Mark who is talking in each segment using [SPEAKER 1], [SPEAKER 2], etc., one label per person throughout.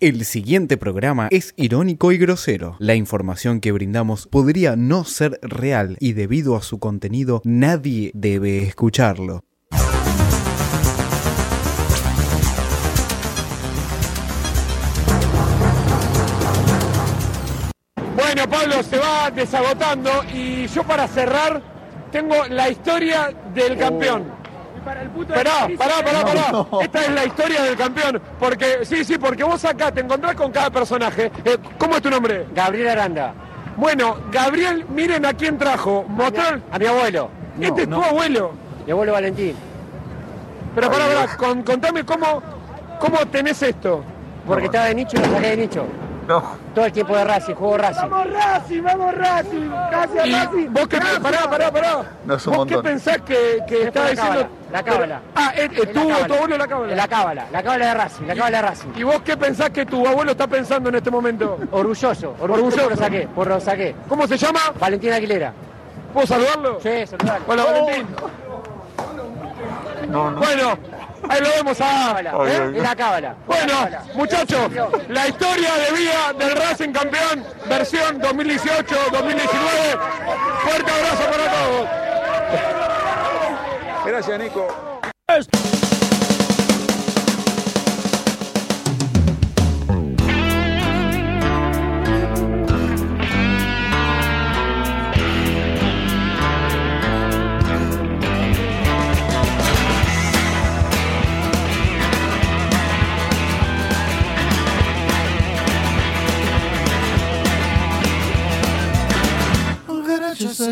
[SPEAKER 1] El siguiente programa es irónico y grosero. La información que brindamos podría no ser real y debido a su contenido nadie debe escucharlo.
[SPEAKER 2] Bueno, Pablo se va desagotando y yo para cerrar tengo la historia del campeón.
[SPEAKER 3] Oh.
[SPEAKER 2] Pará, pará, pará, pará. Esta es la historia del campeón. Porque, sí, sí, porque vos acá te encontrás con cada personaje. Eh, ¿Cómo es tu nombre?
[SPEAKER 3] Gabriel Aranda,
[SPEAKER 2] Bueno, Gabriel, miren a quién trajo. Motor.
[SPEAKER 3] a mi abuelo,
[SPEAKER 2] este es tu abuelo.
[SPEAKER 3] mi abuelo Valentín.
[SPEAKER 2] Pero pará, pará, con- contame cómo, cómo tenés esto.
[SPEAKER 3] Porque estaba de nicho y lo saqué de nicho. Todo el tiempo de Racing, jugó Racing.
[SPEAKER 4] Racing, vamos Racing, gracias
[SPEAKER 2] Y vos que pará, pará, pará.
[SPEAKER 5] No es un
[SPEAKER 2] ¿Vos qué
[SPEAKER 5] montón.
[SPEAKER 2] pensás que, que
[SPEAKER 3] por
[SPEAKER 2] estaba
[SPEAKER 3] la
[SPEAKER 2] diciendo?
[SPEAKER 3] cábala, la cábala.
[SPEAKER 2] Ah, eh, eh,
[SPEAKER 3] Es
[SPEAKER 2] tu,
[SPEAKER 3] cábala.
[SPEAKER 2] tu abuelo la cábala.
[SPEAKER 3] Es La cábala, la cábala de Racing, la cábala de Racing.
[SPEAKER 2] ¿Y vos qué pensás que tu abuelo está pensando en este momento?
[SPEAKER 3] Orgulloso, orgulloso
[SPEAKER 2] Orgulloso.
[SPEAKER 3] por lo saqué, por lo saqué.
[SPEAKER 2] ¿Cómo se llama?
[SPEAKER 3] Valentín Aguilera.
[SPEAKER 2] ¿Puedo saludarlo?
[SPEAKER 3] Sí, Oh. saludalo.
[SPEAKER 2] Hola, Valentín.
[SPEAKER 5] No, no.
[SPEAKER 2] Bueno, ahí lo vemos a...
[SPEAKER 3] Cábala,
[SPEAKER 5] Ay,
[SPEAKER 3] ¿eh?
[SPEAKER 5] ay,
[SPEAKER 3] Es la cábala.
[SPEAKER 2] Bueno,
[SPEAKER 3] La cábala.
[SPEAKER 2] muchachos, la historia de vida del Racing campeón, versión 2018-2019. Fuerte abrazo para todos.
[SPEAKER 5] Gracias, Nico.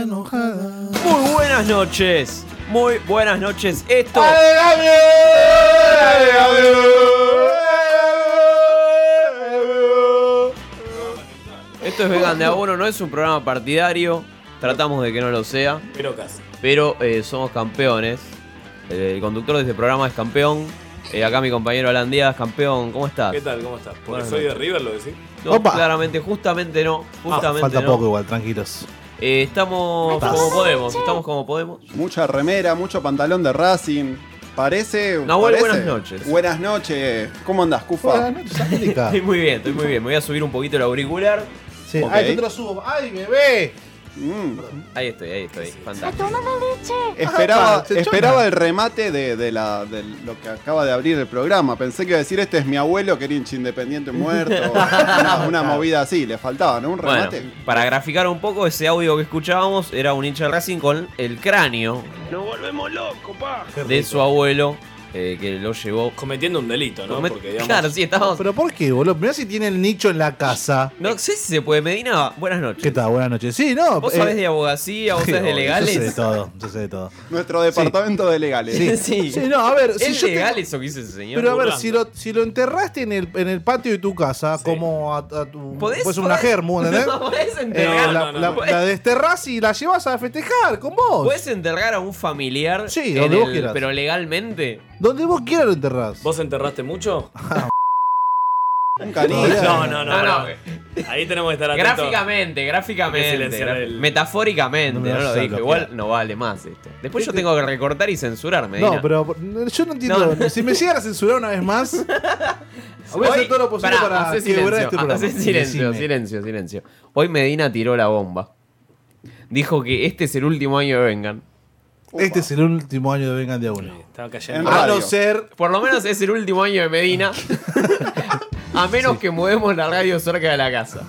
[SPEAKER 6] Muy buenas noches. Muy buenas noches. Esto. Esto es Vegan de Abono, no es un programa partidario. Tratamos de que no lo sea. Pero casi. Pero eh, somos campeones. El conductor de este programa es campeón. Eh, acá mi compañero Alan Díaz, campeón. ¿Cómo estás?
[SPEAKER 7] ¿Qué tal? ¿Cómo estás? Porque
[SPEAKER 6] Buenas
[SPEAKER 7] soy de
[SPEAKER 6] noches.
[SPEAKER 7] River, lo decís.
[SPEAKER 6] No,
[SPEAKER 8] Opa. Ah,
[SPEAKER 6] claramente, justamente no. Justamente
[SPEAKER 8] Falta
[SPEAKER 6] no.
[SPEAKER 8] poco igual, tranquilos.
[SPEAKER 6] Eh, estamos como podemos. Estamos como podemos.
[SPEAKER 9] Mucha remera, mucho pantalón de Racing. Parece.
[SPEAKER 6] Nahuel,
[SPEAKER 9] parece-
[SPEAKER 6] buenas noches.
[SPEAKER 9] Buenas noches. ¿Cómo andás, Cufa?
[SPEAKER 8] América.
[SPEAKER 6] Estoy muy bien, estoy muy bien. Me voy a subir un poquito el auricular.
[SPEAKER 8] Sí.
[SPEAKER 9] Ok.
[SPEAKER 8] Ay, yo te lo subo. Ay, bebé.
[SPEAKER 9] Mm.
[SPEAKER 6] Ahí estoy, ahí estoy. Fantástico.
[SPEAKER 9] Esperaba,
[SPEAKER 8] se
[SPEAKER 9] esperaba el remate de, de la, de lo que acaba de abrir el programa. Pensé que iba a decir: Este es mi abuelo, que era hincha independiente muerto. una, una movida así, le faltaba, ¿no? Un
[SPEAKER 6] Bueno,
[SPEAKER 9] remate.
[SPEAKER 6] para graficar un poco, ese audio que escuchábamos era un hincha de Racing con el cráneo de su abuelo eh, que lo llevó.
[SPEAKER 7] Cometiendo un delito, ¿no?
[SPEAKER 6] Comet-
[SPEAKER 7] Porque digamos.
[SPEAKER 6] Claro, sí, estábamos.
[SPEAKER 8] Pero ¿por qué, boludo? Mirá si tiene el nicho en la casa.
[SPEAKER 6] No sé si se puede. Medina, buenas noches.
[SPEAKER 8] ¿Qué tal? Buenas noches. Sí, no.
[SPEAKER 6] ¿Vos
[SPEAKER 8] eh,
[SPEAKER 6] sabés de abogacía? ¿Vos
[SPEAKER 8] sí,
[SPEAKER 6] sabés de
[SPEAKER 8] obvio, Yo sé de
[SPEAKER 6] legales?
[SPEAKER 8] todo, yo sé de todo.
[SPEAKER 9] Nuestro departamento de legales.
[SPEAKER 6] Sí.
[SPEAKER 8] Sí, no, a ver. si
[SPEAKER 6] ¿Es
[SPEAKER 8] yo tengo-
[SPEAKER 6] legal eso que hizo ese señor?
[SPEAKER 8] Pero a ver,
[SPEAKER 7] burlando.
[SPEAKER 8] si lo, si lo enterraste en el, en el patio de tu casa, como a, a tu.
[SPEAKER 6] ¿Podés-
[SPEAKER 8] Pues una
[SPEAKER 6] podés-
[SPEAKER 8] germu, ¿entendés?
[SPEAKER 6] No, podés
[SPEAKER 8] Eh,
[SPEAKER 6] enterrar.
[SPEAKER 8] la,
[SPEAKER 7] no,
[SPEAKER 8] la-
[SPEAKER 7] no.
[SPEAKER 8] la desterrás y la llevas a festejar con vos.
[SPEAKER 6] ¿Podés enterrar a un familiar?
[SPEAKER 8] Sí,
[SPEAKER 6] en
[SPEAKER 8] donde vos
[SPEAKER 6] el-
[SPEAKER 8] quieras.
[SPEAKER 6] Pero legalmente.
[SPEAKER 8] Donde vos quieras lo enterrás.
[SPEAKER 7] ¿Vos enterraste mucho?
[SPEAKER 9] Un canino.
[SPEAKER 7] No,
[SPEAKER 6] No,
[SPEAKER 7] no, no.
[SPEAKER 6] no.
[SPEAKER 7] pará. Ahí tenemos que estar atentos.
[SPEAKER 6] Gráficamente,
[SPEAKER 7] Hay que
[SPEAKER 6] gráficamente.
[SPEAKER 7] silenciar
[SPEAKER 6] gra-
[SPEAKER 7] el-
[SPEAKER 6] Metafóricamente,
[SPEAKER 8] No
[SPEAKER 6] no,
[SPEAKER 8] me
[SPEAKER 6] lo
[SPEAKER 8] vas a
[SPEAKER 6] dije.
[SPEAKER 8] bloquear.
[SPEAKER 6] Igual no vale más esto. Después yo tengo que recortar y censurarme.
[SPEAKER 8] No, pero eh, yo no entiendo. Si me llegan a censurar una vez más, voy a hacer todo lo posible para,
[SPEAKER 6] hacer
[SPEAKER 8] quebrar
[SPEAKER 6] silencio,
[SPEAKER 8] este programa.
[SPEAKER 6] hacé silencio,
[SPEAKER 8] Decime.
[SPEAKER 6] silencio, silencio. Hoy Medina tiró la bomba. Dijo que este es el último año de Vengan.
[SPEAKER 8] Este es el último año de Vengan de a uno.
[SPEAKER 7] Estaba
[SPEAKER 9] En
[SPEAKER 7] cayendo.
[SPEAKER 8] A
[SPEAKER 9] radio.
[SPEAKER 8] no ser.
[SPEAKER 6] Por lo menos es el último año de Medina. a menos que mudemos la radio cerca de la casa.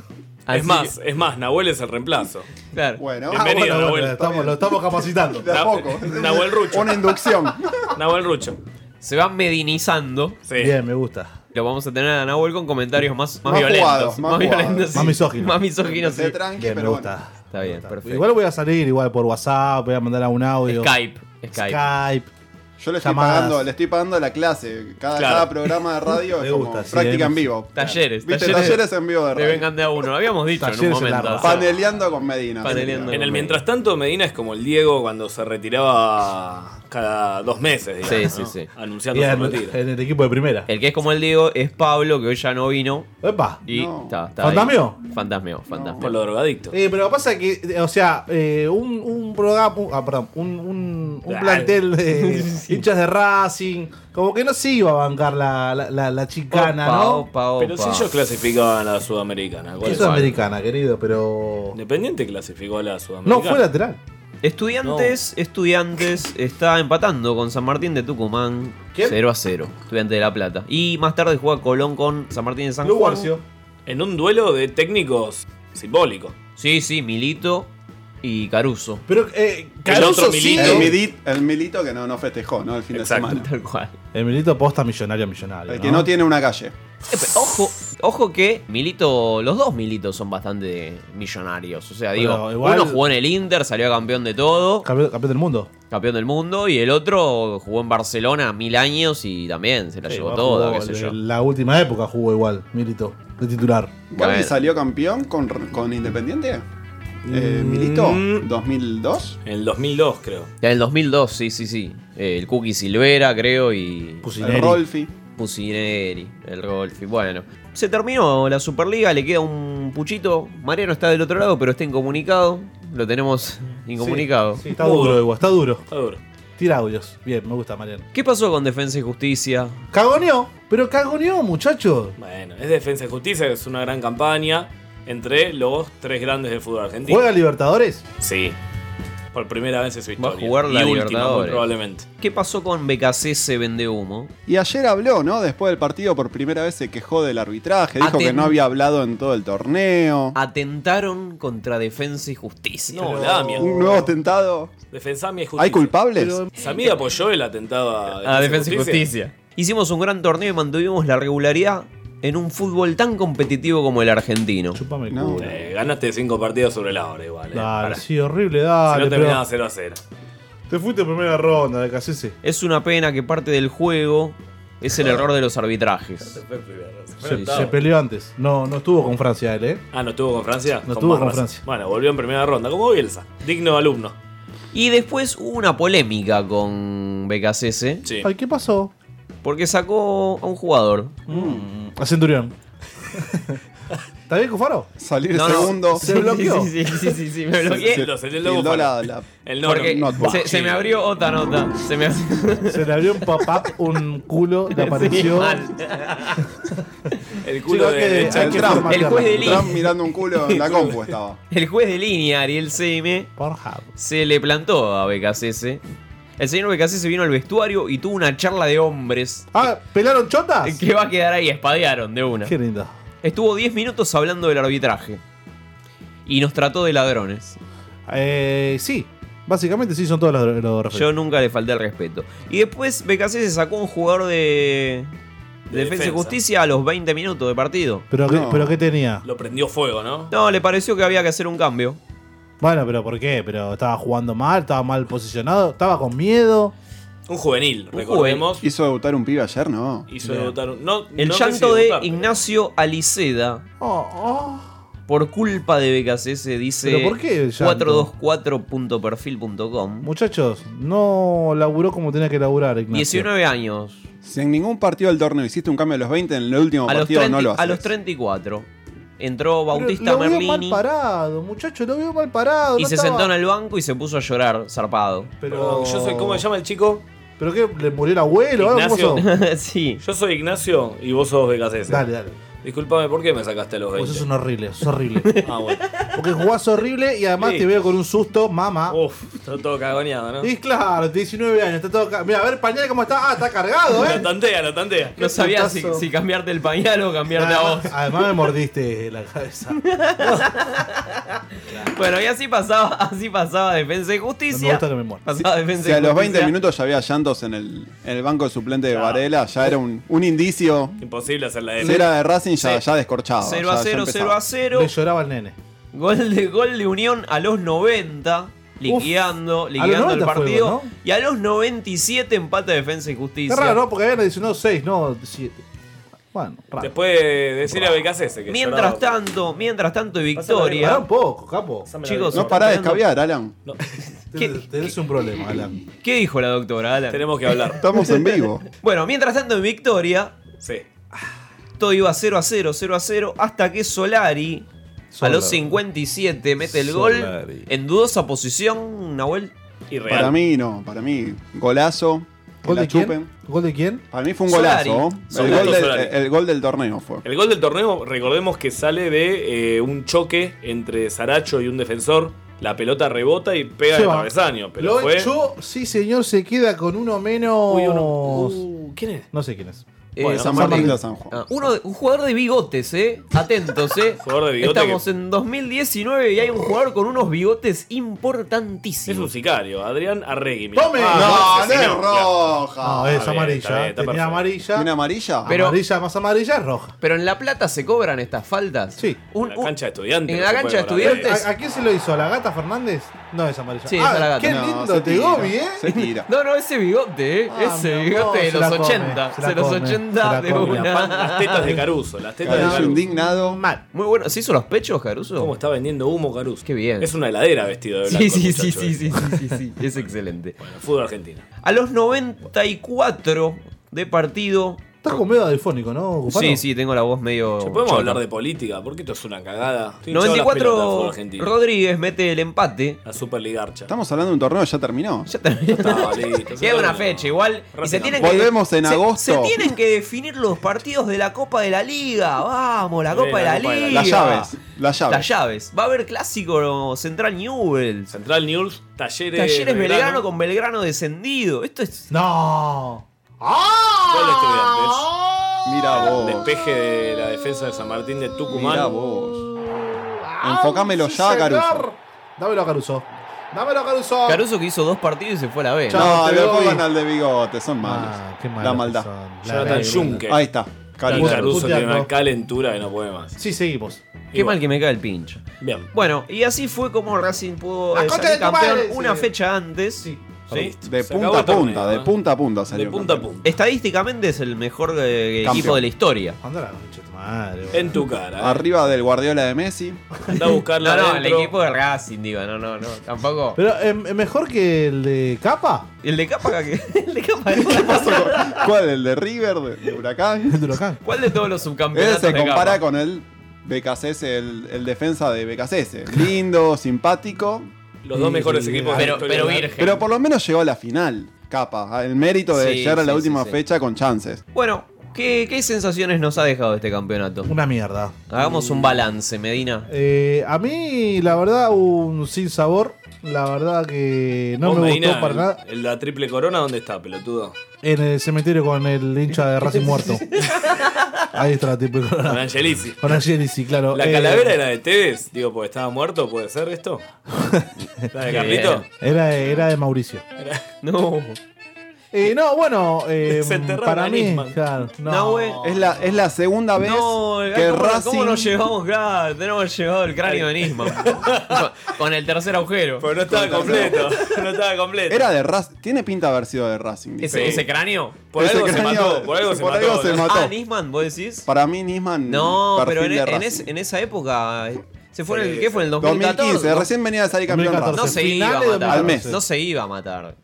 [SPEAKER 6] Así
[SPEAKER 7] es más,
[SPEAKER 6] que-
[SPEAKER 7] es más, Nahuel es el reemplazo.
[SPEAKER 6] claro.
[SPEAKER 9] Bueno,
[SPEAKER 8] Ah, bueno,
[SPEAKER 7] Bienvenido,
[SPEAKER 8] bueno,
[SPEAKER 7] Nahuel.
[SPEAKER 8] estamos, lo estamos capacitando.
[SPEAKER 9] de a poco.
[SPEAKER 7] Nahuel Rucho.
[SPEAKER 9] Una inducción.
[SPEAKER 7] Nahuel Rucho.
[SPEAKER 6] Se va medinizando.
[SPEAKER 7] Sí.
[SPEAKER 8] Bien, me gusta.
[SPEAKER 6] Lo vamos a tener a Nahuel con comentarios más, más,
[SPEAKER 9] Más
[SPEAKER 6] violentos.
[SPEAKER 9] jugados, más jugados.
[SPEAKER 6] violentos, sí.
[SPEAKER 8] Más misóginos.
[SPEAKER 6] Más misóginos, sí.
[SPEAKER 9] Se tranqui,
[SPEAKER 8] Bien, me
[SPEAKER 9] pero bueno.
[SPEAKER 8] gusta.
[SPEAKER 6] Está bien, perfecto.
[SPEAKER 8] Igual voy a salir igual por WhatsApp, voy a mandar a un audio.
[SPEAKER 6] Skype. Skype.
[SPEAKER 8] Skype.
[SPEAKER 9] Yo le estoy,
[SPEAKER 8] Llamadas.
[SPEAKER 9] pagando, le estoy pagando la clase. Cada,
[SPEAKER 7] Claro.
[SPEAKER 9] cada programa de radio
[SPEAKER 8] Me
[SPEAKER 9] es como
[SPEAKER 8] gusta, sí,
[SPEAKER 9] práctica
[SPEAKER 8] hemos-
[SPEAKER 9] en vivo.
[SPEAKER 6] Talleres,
[SPEAKER 9] Viste,
[SPEAKER 6] talleres.
[SPEAKER 9] talleres, en vivo de
[SPEAKER 6] Te
[SPEAKER 9] radio.
[SPEAKER 6] vengan de a uno. Lo habíamos dicho en un
[SPEAKER 8] Talleres en la
[SPEAKER 6] momento.
[SPEAKER 8] radio.
[SPEAKER 6] o sea,
[SPEAKER 9] Paneleando con Medina.
[SPEAKER 6] Paneleando.
[SPEAKER 7] En el mientras tanto, Medina es como el Diego cuando se retiraba cada dos meses, digamos,
[SPEAKER 6] Sí,
[SPEAKER 7] ¿no?
[SPEAKER 6] sí, sí.
[SPEAKER 7] Anunciando
[SPEAKER 8] Y
[SPEAKER 7] su
[SPEAKER 8] en,
[SPEAKER 7] retiro.
[SPEAKER 8] en el equipo de primera.
[SPEAKER 6] El que es como el Diego es Pablo, que hoy ya no vino.
[SPEAKER 8] Epa.
[SPEAKER 6] Y
[SPEAKER 9] No.
[SPEAKER 6] está, está
[SPEAKER 8] ¿Fantasmeó?
[SPEAKER 6] ahí. Fantasmeó, fantasmeó.
[SPEAKER 7] Por lo drogadicto.
[SPEAKER 8] Eh, pero pasa que, eh, o sea, eh, un, un programa, un- ah, perdón, un, un un, un plantel de hinchas de Racing. Como que no se iba a bancar la, la, la- la chicana,
[SPEAKER 6] Opa,
[SPEAKER 8] ¿no?
[SPEAKER 6] opa, opa.
[SPEAKER 7] Pero si ellos clasificaban a la Sudamericana. ¿cuál
[SPEAKER 8] Sí,
[SPEAKER 7] es?
[SPEAKER 8] Sudamericana, querido, pero.
[SPEAKER 7] Independiente clasificó a la Sudamericana.
[SPEAKER 8] No, fue lateral.
[SPEAKER 6] Estudiantes, estudiantes está empatando con San Martín de Tucumán
[SPEAKER 8] ¿Quién?
[SPEAKER 6] 0 a 0. Estudiante de La Plata. Y más tarde juega Colón con San Martín de San Juan.
[SPEAKER 8] Lugarcio.
[SPEAKER 7] En un duelo de técnicos simbólico.
[SPEAKER 6] Sí, sí, Milito y Caruso.
[SPEAKER 8] Pero, eh,
[SPEAKER 7] otro
[SPEAKER 8] Caruso sí.
[SPEAKER 7] Milito.
[SPEAKER 9] El,
[SPEAKER 8] ¿no?
[SPEAKER 9] mili- el milito que no, no festejó, ¿no? El fin
[SPEAKER 7] Exacto.
[SPEAKER 9] de semana.
[SPEAKER 6] Tal cual.
[SPEAKER 8] El Milito posta millonario, millonario.
[SPEAKER 9] El que no tiene una calle.
[SPEAKER 6] Eh, pero Ojo, ojo que Milito, los dos Militos son bastante millonarios. O sea, digo,
[SPEAKER 8] Bueno, igual-
[SPEAKER 6] uno jugó en el Inter, salió campeón de todo,
[SPEAKER 8] Campeón, campeón del mundo.
[SPEAKER 6] campeón del mundo, y el otro jugó en Barcelona mil años y también se la llevó
[SPEAKER 8] Igual
[SPEAKER 6] toda,
[SPEAKER 8] jugó
[SPEAKER 6] qué sé
[SPEAKER 8] de
[SPEAKER 6] yo.
[SPEAKER 8] La última época jugó igual, Milito, de titular.
[SPEAKER 9] Gaby
[SPEAKER 6] Bueno.
[SPEAKER 9] salió campeón con, con Independiente. Eh, Milito,
[SPEAKER 7] Mm.
[SPEAKER 9] 2002.
[SPEAKER 7] En el 2002, creo.
[SPEAKER 6] En el 2002, sí, sí, sí. Eh, el Cookie Silvera, creo, y
[SPEAKER 9] El Rolfi.
[SPEAKER 6] Pusineri, el Rolfi. Bueno, se terminó la Superliga, le queda un puchito. Mariano está del otro lado, pero está incomunicado. Lo tenemos incomunicado.
[SPEAKER 8] Sí, está
[SPEAKER 7] Duro.
[SPEAKER 8] duro, igual, está duro.
[SPEAKER 7] Está duro.
[SPEAKER 8] Tira audios. Bien, me gusta, Mariano.
[SPEAKER 6] ¿Qué pasó con Defensa y Justicia?
[SPEAKER 8] Cagoneó, pero cagoneó, muchachos.
[SPEAKER 7] Bueno, es Defensa y Justicia, que es una gran campaña entre los tres grandes del fútbol argentino.
[SPEAKER 8] ¿Juega Libertadores?
[SPEAKER 7] Sí. Por primera vez en su
[SPEAKER 6] Va a
[SPEAKER 7] historia.
[SPEAKER 6] jugar la
[SPEAKER 7] y última, muy
[SPEAKER 6] Libertadores.
[SPEAKER 7] probablemente.
[SPEAKER 6] ¿Qué pasó con BKC Vende Humo?
[SPEAKER 9] Y ayer habló, ¿no? Después del partido, por primera vez se quejó del arbitraje. Dijo
[SPEAKER 6] Aten-
[SPEAKER 9] que no había hablado en todo el torneo.
[SPEAKER 6] Ah, Atentaron contra Defensa y Justicia.
[SPEAKER 7] No, Lamia.
[SPEAKER 9] Un nuevo atentado.
[SPEAKER 7] Defensami es justicia.
[SPEAKER 9] ¿Hay culpables?
[SPEAKER 7] Samir apoyó el atentado a,
[SPEAKER 6] A Ah, Defensa y Justicia. Hicimos un gran torneo y mantuvimos la regularidad en un fútbol tan competitivo como el argentino.
[SPEAKER 8] Chupame el
[SPEAKER 9] No.
[SPEAKER 8] culo.
[SPEAKER 7] Eh, ganaste cinco partidos sobre la hora igual. eh.
[SPEAKER 8] Dale,
[SPEAKER 7] Pará.
[SPEAKER 8] sí, horrible,
[SPEAKER 7] si
[SPEAKER 8] dale.
[SPEAKER 7] no
[SPEAKER 8] pero-
[SPEAKER 7] terminaba 0 a 0.
[SPEAKER 8] te fuiste en primera ronda de Cacese.
[SPEAKER 6] Es una pena que parte del juego es el error de los arbitrajes.
[SPEAKER 8] Se, se peleó antes. No, no estuvo con Francia él, ¿eh?
[SPEAKER 7] Ah, ¿no estuvo con Francia?
[SPEAKER 8] No estuvo
[SPEAKER 7] más
[SPEAKER 8] con
[SPEAKER 7] razón.
[SPEAKER 8] Francia.
[SPEAKER 7] Bueno, volvió en primera ronda, como Bielsa. Digno alumno.
[SPEAKER 6] Y después hubo una polémica con BKC
[SPEAKER 7] Sí.
[SPEAKER 8] Ay, ¿qué pasó?
[SPEAKER 6] porque sacó a un jugador.
[SPEAKER 8] A Centurión. ¿Está bien, Cufaro?
[SPEAKER 9] Salir
[SPEAKER 6] No, no.
[SPEAKER 9] segundo.
[SPEAKER 8] Se bloqueó.
[SPEAKER 6] Sí, sí, sí, sí, sí, sí, me bloqueé.
[SPEAKER 7] Se- se- se-
[SPEAKER 9] Tildó la- la-
[SPEAKER 7] El no,
[SPEAKER 6] Porque
[SPEAKER 9] no, no.
[SPEAKER 6] se, se me abrió otra nota. Se me
[SPEAKER 8] Se le abrió un pop-up, un culo, le apareció.
[SPEAKER 6] Sí, mal.
[SPEAKER 7] el culo
[SPEAKER 8] Chico,
[SPEAKER 7] de,
[SPEAKER 8] que-
[SPEAKER 7] de
[SPEAKER 8] hay
[SPEAKER 9] el
[SPEAKER 7] Chaco.
[SPEAKER 8] que
[SPEAKER 9] Trump,
[SPEAKER 8] formatear.
[SPEAKER 6] El juez de
[SPEAKER 9] el
[SPEAKER 6] Lille.
[SPEAKER 9] Trump mirando un culo en la compu estaba.
[SPEAKER 6] El juez de línea, Ariel CM,
[SPEAKER 8] Pornhub.
[SPEAKER 6] se le plantó a BKCS. El señor BKCS vino al vestuario y tuvo una charla de hombres.
[SPEAKER 8] Ah, ¿pelaron chotas?
[SPEAKER 6] Que va a quedar ahí, espadearon de una.
[SPEAKER 8] Qué lindo.
[SPEAKER 6] Estuvo 10 minutos hablando del arbitraje. Y nos trató de ladrones.
[SPEAKER 8] Eh, sí, básicamente sí, son todos los, los
[SPEAKER 6] Yo
[SPEAKER 8] referentes.
[SPEAKER 6] nunca le falté el respeto. Y después BKC se sacó un jugador de,
[SPEAKER 7] De
[SPEAKER 6] de Defensa y
[SPEAKER 7] defensa.
[SPEAKER 6] Justicia a los 20 minutos de partido.
[SPEAKER 8] Pero,
[SPEAKER 9] No.
[SPEAKER 8] qué, pero ¿qué tenía?
[SPEAKER 7] Lo prendió fuego, ¿no?
[SPEAKER 6] No, le pareció que había que hacer un cambio.
[SPEAKER 8] Bueno, pero ¿por qué? Pero estaba jugando mal, estaba mal posicionado, estaba con miedo.
[SPEAKER 7] Un juvenil,
[SPEAKER 6] Un
[SPEAKER 7] recordemos.
[SPEAKER 9] ¿Hizo debutar un pibe ayer? No.
[SPEAKER 7] Hizo debutar un- No,
[SPEAKER 6] El
[SPEAKER 7] no sé
[SPEAKER 6] llanto
[SPEAKER 7] si
[SPEAKER 6] de
[SPEAKER 7] debutar, pero-
[SPEAKER 6] Ignacio Aliceda
[SPEAKER 8] Oh, oh.
[SPEAKER 6] por culpa de BKCS dice
[SPEAKER 8] ¿Pero por qué el llanto?
[SPEAKER 6] 424.perfil.com.
[SPEAKER 8] Muchachos, no laburó como tenía que laburar, Ignacio.
[SPEAKER 6] 19 años.
[SPEAKER 9] Si en ningún partido del torneo hiciste un cambio a los 20, en el último
[SPEAKER 6] A los,
[SPEAKER 9] partido
[SPEAKER 6] 30
[SPEAKER 9] no lo haces.
[SPEAKER 6] a los 34. Entró
[SPEAKER 8] Pero
[SPEAKER 6] Bautista
[SPEAKER 8] lo veo mal
[SPEAKER 6] Merlini.
[SPEAKER 8] parado, muchacho, lo veo mal parado.
[SPEAKER 6] Y
[SPEAKER 8] no
[SPEAKER 6] se
[SPEAKER 8] estaba-
[SPEAKER 6] sentó en el banco y se puso a llorar, zarpado.
[SPEAKER 8] Pero...
[SPEAKER 7] Perdón, Yo soy, ¿cómo se llama el chico?
[SPEAKER 8] ¿Pero qué? ¿Le murió el abuelo? ¿eh? ¿Algo
[SPEAKER 7] Ignacio.
[SPEAKER 8] pasó?
[SPEAKER 6] sí.
[SPEAKER 7] Yo soy Ignacio y vos sos BKCS.
[SPEAKER 8] Dale, dale.
[SPEAKER 7] Disculpame, ¿por qué me sacaste a los
[SPEAKER 8] Vos sos
[SPEAKER 7] 20?
[SPEAKER 8] un horrible, sos horrible.
[SPEAKER 7] Ah, bueno.
[SPEAKER 8] Porque jugás horrible y además
[SPEAKER 7] Sí. Oh.
[SPEAKER 8] te veo con un susto, mamá.
[SPEAKER 7] Uf, está todo cagoneado, ¿no?
[SPEAKER 8] Y claro, 19 años, está todo. Mira, a ver, pañal, ¿cómo está? Ah, está cargado,
[SPEAKER 7] Lo
[SPEAKER 8] ¿eh?
[SPEAKER 7] tantea, lo tantea.
[SPEAKER 6] No sabía si,
[SPEAKER 8] putazo.
[SPEAKER 6] si cambiarte el pañal o cambiarte a
[SPEAKER 9] Ah.
[SPEAKER 6] vos.
[SPEAKER 8] Además, además me mordiste la cabeza. No
[SPEAKER 6] Bueno, y así pasaba, así pasaba Defensa y
[SPEAKER 8] me
[SPEAKER 6] Justicia.
[SPEAKER 8] gusta que me muerda.
[SPEAKER 6] Pasaba Defensa
[SPEAKER 9] Si
[SPEAKER 6] y
[SPEAKER 9] a los
[SPEAKER 6] Justicia.
[SPEAKER 9] 20 minutos ya había llantos en el, en el banco de suplente de Varela, ya era un, un indicio.
[SPEAKER 7] Imposible hacer la
[SPEAKER 9] Si
[SPEAKER 7] L.
[SPEAKER 9] era de Racing, ya,
[SPEAKER 6] Sí.
[SPEAKER 9] ya descorchado.
[SPEAKER 6] 0 a
[SPEAKER 9] ya- ya
[SPEAKER 6] 0, 0 a
[SPEAKER 9] empezaba.
[SPEAKER 6] 0.
[SPEAKER 8] Le lloraba el nene.
[SPEAKER 6] Gol de, gol de Unión a los 90. Liquidando, liquidando el
[SPEAKER 8] 90 fue el
[SPEAKER 6] partido.
[SPEAKER 8] gol, ¿no?
[SPEAKER 6] Y a los 97 empata Defensa y Justicia.
[SPEAKER 8] Qué raro, ¿no? Porque habían adicionado 6, no 7. Bueno, raro.
[SPEAKER 7] Después decir a BKCS que
[SPEAKER 6] Mientras
[SPEAKER 7] lloraba.
[SPEAKER 6] tanto, mientras tanto,
[SPEAKER 8] Pará
[SPEAKER 6] Victoria.
[SPEAKER 8] un poco, capo.
[SPEAKER 7] Pásame la
[SPEAKER 6] Chicos,
[SPEAKER 7] L.
[SPEAKER 9] No pará de escabiar, Alan.
[SPEAKER 7] No,
[SPEAKER 6] ¿Qué-
[SPEAKER 8] Tenés, tenés un problema, Alan.
[SPEAKER 6] ¿Qué dijo la doctora Alan?
[SPEAKER 7] tenemos que hablar.
[SPEAKER 9] Estamos en vivo.
[SPEAKER 6] Bueno, mientras tanto en Victoria,
[SPEAKER 7] Sí.
[SPEAKER 6] todo iba 0 a 0, 0 a 0, hasta que Solari, a
[SPEAKER 8] Solari.
[SPEAKER 6] los 57, mete el
[SPEAKER 8] Solari.
[SPEAKER 6] gol en dudosa posición, Nahuel.
[SPEAKER 7] Irreal.
[SPEAKER 9] Para mí no, para mí. Golazo. Que
[SPEAKER 8] ¿Gol
[SPEAKER 9] la
[SPEAKER 8] de quién?
[SPEAKER 9] chupen.
[SPEAKER 8] ¿Gol de quién?
[SPEAKER 9] Para mí fue un
[SPEAKER 6] Solari.
[SPEAKER 9] golazo. El
[SPEAKER 7] Solari.
[SPEAKER 9] gol, del,
[SPEAKER 7] Solari.
[SPEAKER 9] el gol del torneo fue.
[SPEAKER 7] El gol del torneo, recordemos que sale de eh, un choque entre Saracho y un defensor. La pelota rebota y pega
[SPEAKER 8] Se
[SPEAKER 7] en el
[SPEAKER 8] va.
[SPEAKER 7] travesaño. Pero
[SPEAKER 8] Lo
[SPEAKER 7] fue.
[SPEAKER 8] echó, sí señor, se queda con uno menos.
[SPEAKER 7] Uy, uno- Uh, ¿Quién es?
[SPEAKER 8] No sé quién es.
[SPEAKER 6] Eh,
[SPEAKER 7] Bueno,
[SPEAKER 9] San
[SPEAKER 8] Martín.
[SPEAKER 9] Martín de San Juan.
[SPEAKER 6] Ah, uno de- un jugador de bigotes, ¿eh? Atentos, ¿eh?
[SPEAKER 7] Jugador de bigote
[SPEAKER 6] Estamos
[SPEAKER 7] que-
[SPEAKER 6] en 2019 y hay un jugador con unos bigotes
[SPEAKER 7] Es un
[SPEAKER 6] importantísimos.
[SPEAKER 7] sicario, Adrián Arregui. Ah,
[SPEAKER 8] ¡Tome!
[SPEAKER 9] No, no
[SPEAKER 7] ese
[SPEAKER 9] es
[SPEAKER 7] sí
[SPEAKER 9] roja.
[SPEAKER 8] No, es
[SPEAKER 7] Ah, está
[SPEAKER 8] amarilla.
[SPEAKER 7] bien, está bien, está
[SPEAKER 8] Tenía
[SPEAKER 7] perfecto.
[SPEAKER 8] amarilla.
[SPEAKER 9] ¿Tiene amarilla?
[SPEAKER 6] Pero-
[SPEAKER 8] amarilla más amarilla es roja.
[SPEAKER 6] Pero en La Plata se cobran estas faltas.
[SPEAKER 8] Sí.
[SPEAKER 6] Un-
[SPEAKER 7] En la
[SPEAKER 6] un-
[SPEAKER 7] cancha de estudiantes.
[SPEAKER 6] en
[SPEAKER 7] no
[SPEAKER 6] la
[SPEAKER 7] se
[SPEAKER 6] cancha
[SPEAKER 7] puede
[SPEAKER 6] de
[SPEAKER 7] hablar
[SPEAKER 6] estudiantes.
[SPEAKER 7] eso.
[SPEAKER 8] ¿A, a quién se lo hizo? ¿A la gata Fernández? No, es amarilla.
[SPEAKER 6] Sí, es a la
[SPEAKER 8] Ah,
[SPEAKER 6] gata.
[SPEAKER 8] Qué
[SPEAKER 9] No,
[SPEAKER 8] lindo
[SPEAKER 9] se
[SPEAKER 8] te
[SPEAKER 9] tira,
[SPEAKER 8] gobi, ¿eh?
[SPEAKER 9] Se tira.
[SPEAKER 6] No, no, ese bigote, ¿eh?
[SPEAKER 8] Ah,
[SPEAKER 6] ese
[SPEAKER 8] mi
[SPEAKER 6] bigote
[SPEAKER 8] amor,
[SPEAKER 6] de
[SPEAKER 8] se
[SPEAKER 6] los
[SPEAKER 8] la come,
[SPEAKER 6] 80.
[SPEAKER 8] se la
[SPEAKER 6] de los
[SPEAKER 8] come,
[SPEAKER 6] 80
[SPEAKER 8] se la
[SPEAKER 6] de
[SPEAKER 8] come.
[SPEAKER 7] Y la pan-
[SPEAKER 6] una.
[SPEAKER 7] las tetas de Caruso, las tetas de
[SPEAKER 9] Caruso
[SPEAKER 7] Caruso.
[SPEAKER 9] indignado.
[SPEAKER 8] Mal.
[SPEAKER 6] Muy bueno. ¿Se hizo los pechos, Caruso?
[SPEAKER 7] ¿Cómo está vendiendo humo Caruso?
[SPEAKER 6] Qué bien.
[SPEAKER 7] Es una heladera vestido de blanco.
[SPEAKER 6] Sí, sí,
[SPEAKER 7] muchacho,
[SPEAKER 6] sí,
[SPEAKER 7] eh.
[SPEAKER 6] sí, sí, sí, sí, sí. Es excelente.
[SPEAKER 7] Bueno, fútbol argentino.
[SPEAKER 6] A los 94 de partido.
[SPEAKER 8] Estás con medio adifónico, ¿no? Cufaro?
[SPEAKER 6] Sí, sí, tengo la voz medio.
[SPEAKER 7] Che, ¿Podemos
[SPEAKER 6] Oh, chota.
[SPEAKER 7] hablar de política? Porque esto es una cagada. Estoy hinchado de las pelotas del fútbol
[SPEAKER 6] 94
[SPEAKER 7] argentino.
[SPEAKER 6] Rodríguez mete el empate.
[SPEAKER 7] La Superliga Archa.
[SPEAKER 9] Estamos hablando de un torneo, ya terminó.
[SPEAKER 6] Ya terminó.
[SPEAKER 7] Está listo,
[SPEAKER 6] Queda
[SPEAKER 7] ya
[SPEAKER 6] una
[SPEAKER 7] terminó.
[SPEAKER 6] fecha igual. Y se
[SPEAKER 7] Rápido.
[SPEAKER 6] tienen
[SPEAKER 9] Volvemos
[SPEAKER 6] que,
[SPEAKER 9] en
[SPEAKER 6] se-
[SPEAKER 9] agosto.
[SPEAKER 6] Se, tienen que definir los partidos de la Copa de la Liga. Vamos, la
[SPEAKER 7] Sí,
[SPEAKER 6] Copa de
[SPEAKER 7] la
[SPEAKER 6] la,
[SPEAKER 7] Copa de la-
[SPEAKER 6] Liga.
[SPEAKER 9] Las llaves, las llaves.
[SPEAKER 6] Las llaves. Va a haber clásico Central Newells.
[SPEAKER 7] Central News, Talleres.
[SPEAKER 6] Talleres Belgrano con Belgrano descendido. Esto es.
[SPEAKER 8] No.
[SPEAKER 7] Gol de Estudiantes.
[SPEAKER 9] Mira vos.
[SPEAKER 7] Despeje de la defensa de San Martín de Tucumán.
[SPEAKER 9] Mira vos. Enfocámelo ya, Caruso.
[SPEAKER 8] Ah, Dámelo a Caruso. Dámelo a Caruso.
[SPEAKER 6] Caruso que hizo dos partidos y se fue a la B. ¿no?
[SPEAKER 8] Chao.
[SPEAKER 9] No,
[SPEAKER 8] te
[SPEAKER 9] le
[SPEAKER 8] doy.
[SPEAKER 9] pongan al de bigote, son malos.
[SPEAKER 8] Ah, qué
[SPEAKER 9] La
[SPEAKER 8] malos
[SPEAKER 9] maldad.
[SPEAKER 8] que son. La
[SPEAKER 7] Jonathan
[SPEAKER 8] verdad.
[SPEAKER 7] Juncker.
[SPEAKER 9] Ahí está.
[SPEAKER 7] Caruso,
[SPEAKER 9] Caruso.
[SPEAKER 7] tiene
[SPEAKER 8] Puteando.
[SPEAKER 7] una calentura que no puede más.
[SPEAKER 8] Sí, seguimos.
[SPEAKER 6] Qué mal que me cae el pincho.
[SPEAKER 7] Bien.
[SPEAKER 6] Bueno, y así fue como Racing pudo
[SPEAKER 8] La
[SPEAKER 6] eh,
[SPEAKER 8] concha
[SPEAKER 6] salir
[SPEAKER 8] de tu
[SPEAKER 6] campeón
[SPEAKER 8] madre,
[SPEAKER 6] una
[SPEAKER 8] sí.
[SPEAKER 6] fecha antes.
[SPEAKER 8] Sí.
[SPEAKER 7] Sí.
[SPEAKER 9] De
[SPEAKER 7] Se acabó
[SPEAKER 9] punta a
[SPEAKER 7] el torneo,
[SPEAKER 9] punta, de
[SPEAKER 7] ¿eh?
[SPEAKER 9] punta a punta
[SPEAKER 7] De
[SPEAKER 9] salió.
[SPEAKER 7] punta a
[SPEAKER 9] campeón.
[SPEAKER 7] punta.
[SPEAKER 6] Estadísticamente es el mejor eh, equipo
[SPEAKER 9] Campeón.
[SPEAKER 6] de la historia.
[SPEAKER 8] Anda la concha de tu madre. boludo.
[SPEAKER 7] En tu cara. eh.
[SPEAKER 9] Arriba del Guardiola de Messi.
[SPEAKER 7] Anda a buscarla
[SPEAKER 6] No, no, el
[SPEAKER 7] adentro.
[SPEAKER 6] equipo de Racing, digo, no, no, no, tampoco.
[SPEAKER 8] Pero eh, mejor que el de capa.
[SPEAKER 6] El de capa que. El de capa que-
[SPEAKER 9] ¿Cuál? ¿El de River? ¿De, de
[SPEAKER 8] El
[SPEAKER 9] Huracán?
[SPEAKER 8] de huracán.
[SPEAKER 6] ¿Cuál de todos los
[SPEAKER 9] Él
[SPEAKER 6] subcampeonatos
[SPEAKER 9] se
[SPEAKER 6] de
[SPEAKER 9] compara
[SPEAKER 6] capa?
[SPEAKER 9] con el BKCS, el, el defensa de BKCS. Lindo, simpático,
[SPEAKER 7] Los dos mejores
[SPEAKER 8] Sí,
[SPEAKER 7] equipos de la
[SPEAKER 6] Pero,
[SPEAKER 7] historia.
[SPEAKER 6] pero
[SPEAKER 7] de la-
[SPEAKER 6] virgen.
[SPEAKER 9] pero por lo menos llegó a la final. Capa, el mérito de
[SPEAKER 6] Sí,
[SPEAKER 9] llegar a la
[SPEAKER 6] sí,
[SPEAKER 9] última
[SPEAKER 6] sí, sí.
[SPEAKER 9] fecha con chances.
[SPEAKER 6] Bueno, ¿qué, qué sensaciones nos ha dejado este campeonato?
[SPEAKER 8] Una mierda.
[SPEAKER 6] Hagamos un balance, Medina.
[SPEAKER 8] Eh, a mí, la verdad, un sin sabor. La verdad que no
[SPEAKER 7] Vos,
[SPEAKER 8] me
[SPEAKER 7] Medina,
[SPEAKER 8] gustó para
[SPEAKER 7] el-
[SPEAKER 8] nada.
[SPEAKER 7] el- ¿La triple corona dónde está, pelotudo?
[SPEAKER 8] En el cementerio con el hincha de Racing muerto. Ahí está la típica.
[SPEAKER 7] Con Angelici.
[SPEAKER 8] Con Angeli, sí, claro.
[SPEAKER 7] ¿La
[SPEAKER 8] Eh,
[SPEAKER 7] calavera era de Tevez? Digo, porque estaba muerto, ¿puede ser esto? ¿La de
[SPEAKER 6] Bien.
[SPEAKER 7] Carlito?
[SPEAKER 8] Era, era de Mauricio.
[SPEAKER 6] No.
[SPEAKER 8] Eh, no, bueno, eh,
[SPEAKER 7] Desenterrado
[SPEAKER 8] para
[SPEAKER 7] a
[SPEAKER 8] mí,
[SPEAKER 7] Nisman.
[SPEAKER 8] claro, no.
[SPEAKER 6] Nahue.
[SPEAKER 9] Es la, es la segunda vez
[SPEAKER 6] No,
[SPEAKER 9] que
[SPEAKER 6] ¿cómo,
[SPEAKER 9] Racing.
[SPEAKER 6] ¿cómo nos llevamos? Claro, tenemos llevado el cráneo de Nisman. Con- Con el tercer agujero.
[SPEAKER 7] Pero no estaba completo. No estaba completo.
[SPEAKER 9] Era de Racing. Tiene pinta de haber sido de Racing.
[SPEAKER 6] ¿Ese,
[SPEAKER 9] dice.
[SPEAKER 6] ese cráneo?
[SPEAKER 7] Por
[SPEAKER 9] Ese
[SPEAKER 7] algo se
[SPEAKER 9] cráneo-
[SPEAKER 7] mató. Por algo se
[SPEAKER 9] por
[SPEAKER 7] mató.
[SPEAKER 9] algo se
[SPEAKER 7] ¿no?
[SPEAKER 9] mató.
[SPEAKER 6] Ah, Nisman, ¿vos decís?
[SPEAKER 9] Para mí, Nisman.
[SPEAKER 6] No,
[SPEAKER 9] perfil
[SPEAKER 6] pero en, e,
[SPEAKER 9] de
[SPEAKER 6] en
[SPEAKER 9] Racing.
[SPEAKER 6] es- en esa época. eh, ¿Se fue en el,
[SPEAKER 7] Sí,
[SPEAKER 6] ¿Qué fue? ¿En el
[SPEAKER 9] 2015,
[SPEAKER 6] 2014? No-
[SPEAKER 9] recién venía de salir campeón
[SPEAKER 8] 2014.
[SPEAKER 6] No,
[SPEAKER 9] Racing.
[SPEAKER 6] se iba a
[SPEAKER 8] Finales de
[SPEAKER 6] matar.
[SPEAKER 9] 2014. Al mes.
[SPEAKER 6] No se iba a matar.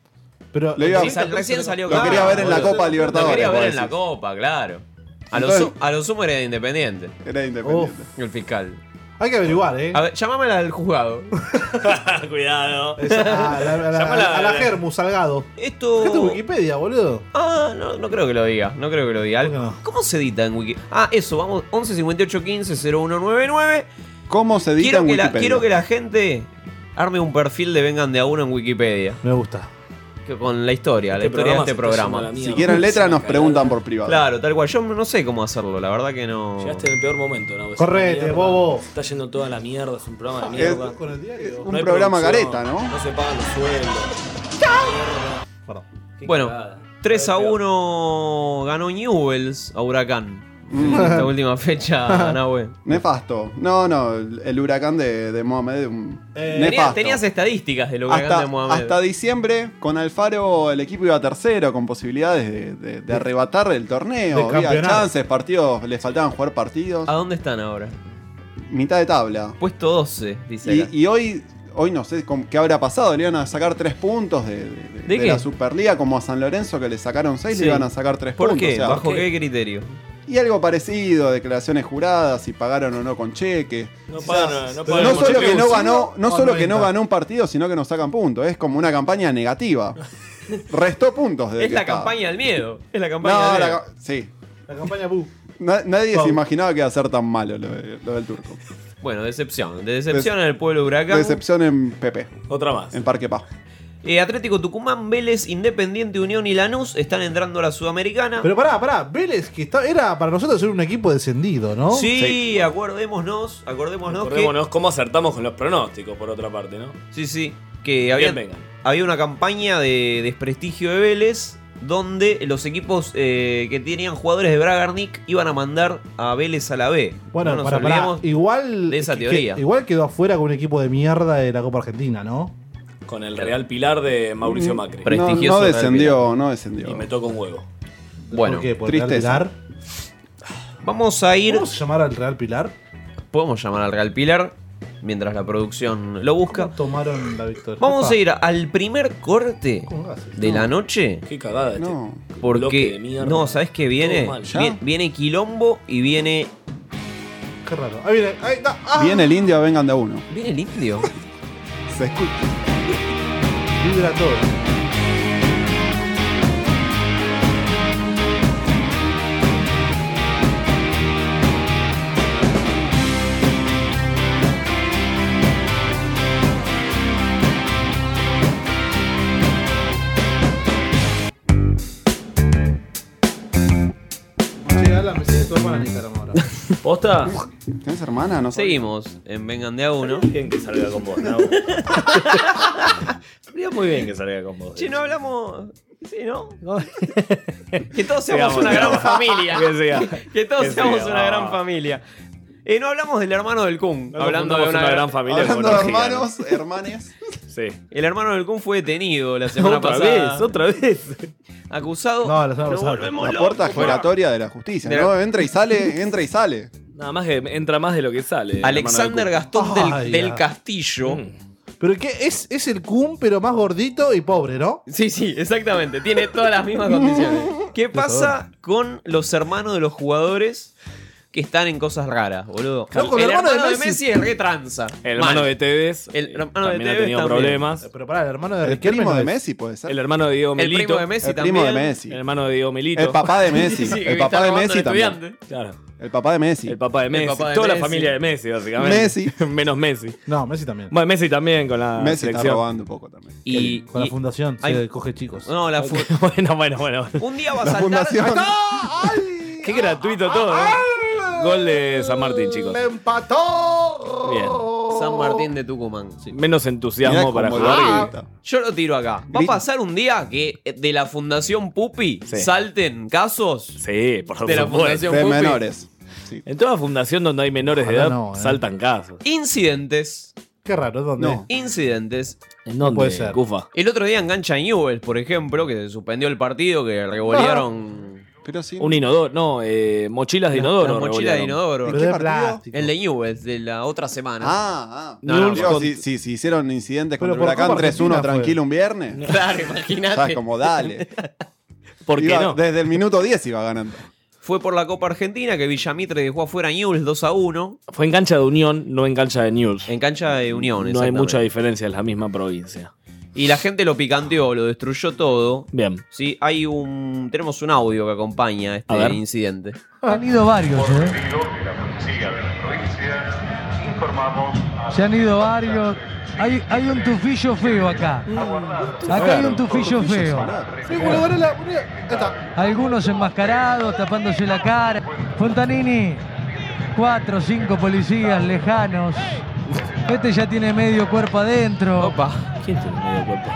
[SPEAKER 8] Pero
[SPEAKER 9] Lo iba-
[SPEAKER 6] Sí, sal- recién salió
[SPEAKER 9] Lo quería ver en la
[SPEAKER 8] boludo.
[SPEAKER 9] Copa
[SPEAKER 6] Lo
[SPEAKER 9] Libertadores.
[SPEAKER 6] quería ver
[SPEAKER 9] vos
[SPEAKER 6] en la
[SPEAKER 9] decís.
[SPEAKER 6] Copa, claro. A lo,
[SPEAKER 9] Entonces-
[SPEAKER 6] su- a lo sumo era de Independiente,
[SPEAKER 9] Era independiente.
[SPEAKER 6] el fiscal.
[SPEAKER 8] hay que averiguar, ¿eh?
[SPEAKER 6] A ver, llamámela al juzgado.
[SPEAKER 7] Cuidado.
[SPEAKER 8] Esa- a la, a la-
[SPEAKER 7] Llamala-
[SPEAKER 8] a la Germus Salgado. ¿Qué es tu
[SPEAKER 6] Esto.
[SPEAKER 8] Wikipedia, boludo?
[SPEAKER 6] Ah, no, no creo que lo diga. No creo que lo diga.
[SPEAKER 8] ¿Por qué no?
[SPEAKER 6] ¿Cómo se edita en Wiki? Ah, eso, vamos. 11 58 15 0199.
[SPEAKER 9] ¿Cómo se edita
[SPEAKER 6] Quiero
[SPEAKER 9] en
[SPEAKER 6] que, la,
[SPEAKER 9] Wikipedia?
[SPEAKER 6] quiero que la gente arme un perfil de Vengan de a uno en Wikipedia.
[SPEAKER 8] Me gusta.
[SPEAKER 6] que- Con la historia, la
[SPEAKER 7] Este
[SPEAKER 6] historia de este
[SPEAKER 7] programa se está
[SPEAKER 6] programa.
[SPEAKER 7] yendo a la
[SPEAKER 9] Si quieren letra, nos preguntan por privado.
[SPEAKER 6] Claro, tal cual. Yo no sé cómo hacerlo, la verdad que no.
[SPEAKER 7] Llegaste en el peor momento, ¿no? Es
[SPEAKER 8] Correte,
[SPEAKER 7] una mierda.
[SPEAKER 8] bobo.
[SPEAKER 7] Está yendo toda la mierda, es un programa de
[SPEAKER 9] Es-
[SPEAKER 7] mierda.
[SPEAKER 8] Con el diario.
[SPEAKER 9] un
[SPEAKER 7] No hay
[SPEAKER 9] programa
[SPEAKER 7] producción,
[SPEAKER 9] careta, ¿no?
[SPEAKER 7] No se pagan los sueldos.
[SPEAKER 8] Perdón.
[SPEAKER 7] Qué
[SPEAKER 6] Bueno,
[SPEAKER 7] cagada.
[SPEAKER 6] 3 a 1 ganó Newells a Huracán.
[SPEAKER 9] Mm.
[SPEAKER 6] Esta última fecha, Nahue.
[SPEAKER 9] Nefasto. No, no, el el huracán de, de Mohamed. un-
[SPEAKER 8] Eh,
[SPEAKER 6] Tenías,
[SPEAKER 9] nefasto.
[SPEAKER 6] tenías estadísticas de lo que
[SPEAKER 9] hasta,
[SPEAKER 6] de Mohamed.
[SPEAKER 9] hasta diciembre, con Alfaro el equipo iba tercero, con posibilidades de, de- de arrebatar el
[SPEAKER 8] de
[SPEAKER 9] torneo. Había
[SPEAKER 8] campeonato.
[SPEAKER 9] chances, partidos, les faltaban jugar partidos.
[SPEAKER 6] ¿A dónde están ahora?
[SPEAKER 9] Mitad de tabla.
[SPEAKER 6] Puesto 12, dice. acá.
[SPEAKER 9] Y, y hoy, hoy no sé cómo- qué habrá pasado. Le iban a sacar tres puntos de, de- de-
[SPEAKER 6] ¿De
[SPEAKER 9] de
[SPEAKER 6] qué?
[SPEAKER 9] la Superliga, como a San Lorenzo que le sacaron seis,
[SPEAKER 6] Sí.
[SPEAKER 9] le iban a sacar tres
[SPEAKER 6] ¿Por
[SPEAKER 9] puntos.
[SPEAKER 6] qué?
[SPEAKER 9] o sea,
[SPEAKER 6] ¿Bajo
[SPEAKER 7] ¿qué?
[SPEAKER 6] qué criterio?
[SPEAKER 9] Y algo parecido, declaraciones juradas, si pagaron o no con cheque.
[SPEAKER 7] No pagan, no
[SPEAKER 9] No,
[SPEAKER 7] pagan con
[SPEAKER 9] solo que
[SPEAKER 7] cheque.
[SPEAKER 9] no ganó, no
[SPEAKER 8] o
[SPEAKER 9] solo que
[SPEAKER 8] 90.
[SPEAKER 9] no ganó un partido, sino que no sacan puntos. Es como una campaña negativa. Restó puntos desde
[SPEAKER 6] Es
[SPEAKER 9] que
[SPEAKER 6] la
[SPEAKER 9] estaba.
[SPEAKER 6] campaña del miedo. Es la campaña
[SPEAKER 9] No,
[SPEAKER 6] del
[SPEAKER 9] la
[SPEAKER 6] miedo.
[SPEAKER 9] ca- sí.
[SPEAKER 8] La campaña Bu.
[SPEAKER 9] Na- nadie
[SPEAKER 8] Wow.
[SPEAKER 9] se imaginaba que iba a ser tan malo lo, de- lo del turco.
[SPEAKER 6] Bueno, decepción. De decepción en el pueblo huracán.
[SPEAKER 9] Decepción en Pepe,
[SPEAKER 7] Otra más.
[SPEAKER 9] en Parque Paz.
[SPEAKER 6] Eh, Atlético Tucumán, Vélez, Independiente, Unión y Lanús están entrando a la Sudamericana.
[SPEAKER 8] Pero pará, pará. Vélez, que está- era para nosotros ser un equipo descendido, ¿no?
[SPEAKER 6] sí, acordémonos, acordémonos,
[SPEAKER 7] Acordémonos cómo acertamos con los pronósticos, por otra parte, ¿no?
[SPEAKER 6] que. Sí, sí. Que había,
[SPEAKER 7] vengan.
[SPEAKER 6] había una campaña de desprestigio de Vélez donde los equipos eh, que tenían jugadores de Bragarnik iban a mandar a Vélez a la B.
[SPEAKER 8] Bueno,
[SPEAKER 6] no nos
[SPEAKER 8] pará, pará.
[SPEAKER 6] olvidemos.
[SPEAKER 8] Igual.
[SPEAKER 6] de esa
[SPEAKER 8] que-
[SPEAKER 6] teoría.
[SPEAKER 8] igual quedó afuera con un equipo de mierda de la Copa Argentina, ¿no?
[SPEAKER 7] Con el Real Pilar de Mauricio Macri.
[SPEAKER 6] Pre-
[SPEAKER 9] No,
[SPEAKER 6] Prestigioso
[SPEAKER 9] no descendió,
[SPEAKER 6] Real
[SPEAKER 9] no
[SPEAKER 7] Y
[SPEAKER 9] descendió.
[SPEAKER 7] me toca un huevo.
[SPEAKER 6] Bueno,
[SPEAKER 8] ¿Por qué? ¿Por
[SPEAKER 9] tristeza.
[SPEAKER 8] Real Pilar?
[SPEAKER 6] vamos a ir.
[SPEAKER 8] ¿Cómo se llamara el Real Pilar?
[SPEAKER 6] Podemos llamar al Real Pilar mientras la producción lo busca.
[SPEAKER 8] ¿Cómo tomaron la victoria?
[SPEAKER 6] Vamos
[SPEAKER 8] Epa,
[SPEAKER 6] a ir al primer corte
[SPEAKER 8] Con gases,
[SPEAKER 6] de la noche.
[SPEAKER 7] Qué cagada este.
[SPEAKER 9] No.
[SPEAKER 7] bloque
[SPEAKER 6] Porque.
[SPEAKER 7] de mierda.
[SPEAKER 6] No, ¿sabes qué viene?
[SPEAKER 7] Todo mal.
[SPEAKER 6] Vie- Viene, Quilombo y viene.
[SPEAKER 8] Qué raro. Ahí viene. Ahí está. Ah.
[SPEAKER 9] Viene el indio, vengan de a uno.
[SPEAKER 6] ¿Viene el indio?
[SPEAKER 9] Se escucha.
[SPEAKER 8] Vibra todo. Che, Alan, me sigue tu hermana en Instagram ahora.
[SPEAKER 7] ¿Posta?
[SPEAKER 9] ¿Tienes hermana? No sé.
[SPEAKER 6] Seguimos en Vengan de a uno.
[SPEAKER 7] Bien que salga con vos, ¿no? Estaría muy bien que salga con vos.
[SPEAKER 6] Che, no hablamos. Sí, ¿no? que todos
[SPEAKER 7] Sigamos,
[SPEAKER 6] seamos una gran
[SPEAKER 7] sigamos.
[SPEAKER 6] familia.
[SPEAKER 7] Que siga.
[SPEAKER 6] Que todos
[SPEAKER 7] Que
[SPEAKER 6] seamos
[SPEAKER 7] siga.
[SPEAKER 6] una gran familia. Eh, no hablamos del hermano del Kun.
[SPEAKER 7] No
[SPEAKER 6] hablando de una, gran familia.
[SPEAKER 9] Hablando
[SPEAKER 7] familia.
[SPEAKER 9] de
[SPEAKER 7] con orgía, ¿no?
[SPEAKER 9] hermanos, hermanes.
[SPEAKER 7] Sí.
[SPEAKER 6] El hermano del Kun fue detenido la semana
[SPEAKER 7] otra
[SPEAKER 6] pasada.
[SPEAKER 7] vez, otra vez.
[SPEAKER 6] Acusado.
[SPEAKER 8] No, la semana
[SPEAKER 6] Lo
[SPEAKER 8] pasada.
[SPEAKER 6] volvemos
[SPEAKER 9] La
[SPEAKER 6] loco.
[SPEAKER 9] puerta giratoria de la justicia,
[SPEAKER 6] De la-
[SPEAKER 9] ¿no? Entra y sale, entra y sale.
[SPEAKER 7] Nada más que entra más de lo que sale.
[SPEAKER 6] Alexander
[SPEAKER 7] hermano
[SPEAKER 6] Gastón del,
[SPEAKER 8] Ay,
[SPEAKER 6] del
[SPEAKER 8] ya.
[SPEAKER 6] Castillo.
[SPEAKER 7] del Kun.
[SPEAKER 8] Pero que es, es el Kun, pero más gordito y pobre, ¿no?
[SPEAKER 6] Sí, sí, exactamente. Tiene todas las mismas condiciones. ¿Qué pasa con los hermanos de los jugadores que están en cosas raras, boludo?
[SPEAKER 8] No, con
[SPEAKER 6] el,
[SPEAKER 8] el
[SPEAKER 6] hermano,
[SPEAKER 8] hermano de
[SPEAKER 6] de
[SPEAKER 8] Messi.
[SPEAKER 6] Messi es re tranza.
[SPEAKER 7] El hermano
[SPEAKER 6] Mal.
[SPEAKER 7] de Tevez.
[SPEAKER 6] El hermano de
[SPEAKER 7] también ha
[SPEAKER 6] Tevez
[SPEAKER 7] tenido
[SPEAKER 6] también.
[SPEAKER 7] problemas.
[SPEAKER 8] Pero pará, el hermano de
[SPEAKER 9] El
[SPEAKER 8] Riquelme
[SPEAKER 9] primo
[SPEAKER 8] no
[SPEAKER 9] de
[SPEAKER 8] es.
[SPEAKER 9] Messi puede ser.
[SPEAKER 7] El hermano de Diego
[SPEAKER 6] El
[SPEAKER 7] Melito.
[SPEAKER 6] primo de Messi
[SPEAKER 9] El
[SPEAKER 6] también.
[SPEAKER 9] primo de Messi.
[SPEAKER 7] El hermano de Diego Melito.
[SPEAKER 9] El papá de Messi.
[SPEAKER 6] Sí, sí, que
[SPEAKER 9] el
[SPEAKER 6] está
[SPEAKER 9] papá de
[SPEAKER 6] robando
[SPEAKER 9] Messi
[SPEAKER 6] al
[SPEAKER 9] también.
[SPEAKER 6] estudiante.
[SPEAKER 7] Claro.
[SPEAKER 9] El papá de Messi.
[SPEAKER 7] El papá de Messi.
[SPEAKER 6] papá de
[SPEAKER 7] Toda
[SPEAKER 6] Messi.
[SPEAKER 7] la familia de Messi, básicamente.
[SPEAKER 9] Messi.
[SPEAKER 7] Menos Messi.
[SPEAKER 8] No, Messi también.
[SPEAKER 7] Bueno, Messi también con la
[SPEAKER 9] Messi está
[SPEAKER 7] selección.
[SPEAKER 9] robando un poco también.
[SPEAKER 6] Y,
[SPEAKER 8] Con la
[SPEAKER 6] y-
[SPEAKER 8] fundación se
[SPEAKER 6] hay-
[SPEAKER 8] coge chicos.
[SPEAKER 6] no, la fu-
[SPEAKER 7] bueno, bueno, bueno.
[SPEAKER 6] Un día va a
[SPEAKER 9] La
[SPEAKER 6] saltar.
[SPEAKER 9] fundación.
[SPEAKER 7] Qué gratuito todo. ¿eh? Gol de San Martín, chicos.
[SPEAKER 8] Le empató.
[SPEAKER 7] Bien.
[SPEAKER 9] Oh.
[SPEAKER 6] San Martín de Tucumán. sí.
[SPEAKER 7] Menos
[SPEAKER 9] Mirá
[SPEAKER 7] entusiasmo para
[SPEAKER 9] cómo
[SPEAKER 7] jugar.
[SPEAKER 9] lo
[SPEAKER 7] y-
[SPEAKER 9] grita.
[SPEAKER 6] Yo lo tiro acá. Va a
[SPEAKER 9] Grita.
[SPEAKER 6] pasar un día que de la Fundación Pupi
[SPEAKER 7] Sí.
[SPEAKER 6] salten casos
[SPEAKER 7] Sí, por
[SPEAKER 6] de la
[SPEAKER 7] supuesto.
[SPEAKER 6] Fundación
[SPEAKER 9] De
[SPEAKER 6] Pupi.
[SPEAKER 9] menores. Sí.
[SPEAKER 7] En toda fundación donde hay menores de
[SPEAKER 8] Ojalá
[SPEAKER 7] edad,
[SPEAKER 8] no, eh.
[SPEAKER 7] saltan casos.
[SPEAKER 6] Incidentes.
[SPEAKER 8] Qué raro, ¿dónde?
[SPEAKER 9] No.
[SPEAKER 6] Incidentes.
[SPEAKER 7] ¿En dónde?
[SPEAKER 8] puede ser.
[SPEAKER 7] Cufa.
[SPEAKER 6] El otro día engancha a Newell's, por ejemplo, que se suspendió el partido, que revolearon
[SPEAKER 9] Pero sí.
[SPEAKER 7] Un inodoro. No, eh, mochilas de
[SPEAKER 6] las
[SPEAKER 7] inodoro.
[SPEAKER 6] mochilas de
[SPEAKER 7] revolearon.
[SPEAKER 6] inodoro.
[SPEAKER 9] ¿En qué
[SPEAKER 8] de
[SPEAKER 9] partido?
[SPEAKER 8] plástico.
[SPEAKER 6] El de Newell's, de la otra semana.
[SPEAKER 9] Ah, ah.
[SPEAKER 7] No, no,
[SPEAKER 9] Digo,
[SPEAKER 7] por-
[SPEAKER 9] si, si- si hicieron incidentes
[SPEAKER 8] Pero
[SPEAKER 9] contra
[SPEAKER 8] por
[SPEAKER 9] Huracán
[SPEAKER 8] Copa
[SPEAKER 9] 3-1
[SPEAKER 8] Argentina fue.
[SPEAKER 9] tranquilo un viernes,
[SPEAKER 6] Claro,
[SPEAKER 9] sabes
[SPEAKER 6] imagínate.
[SPEAKER 9] como dale.
[SPEAKER 7] ¿Por qué
[SPEAKER 9] Iba-
[SPEAKER 7] no?
[SPEAKER 9] Desde el minuto 10 iba ganando.
[SPEAKER 6] Fue por la Copa Argentina que Villamitre dejó afuera a Newell's 2 a 1
[SPEAKER 7] Fue en cancha de Unión, no en cancha de News.
[SPEAKER 6] en cancha de Unión.
[SPEAKER 7] No hay
[SPEAKER 6] exactamente.
[SPEAKER 7] mucha diferencia, es la misma provincia.
[SPEAKER 6] Y la gente lo picanteó, lo destruyó todo.
[SPEAKER 7] Bien.
[SPEAKER 6] Sí, hay un. Tenemos un audio que acompaña
[SPEAKER 7] A
[SPEAKER 6] este
[SPEAKER 7] ver.
[SPEAKER 6] incidente.
[SPEAKER 5] Han ido varios, ¿eh?
[SPEAKER 10] de la policía de la provincia, informamos a
[SPEAKER 5] Se han ido varios. Hay, hay un tufillo feo acá. Acá hay un tufillo feo.
[SPEAKER 8] Sí, bueno, ahora la- ahí está.
[SPEAKER 5] Algunos enmascarados, tapándose la cara. Fontanini, cuatro o cinco policías lejanos. Este ya tiene medio cuerpo adentro.
[SPEAKER 6] Opa.
[SPEAKER 7] ¿Quién tiene medio cuerpo?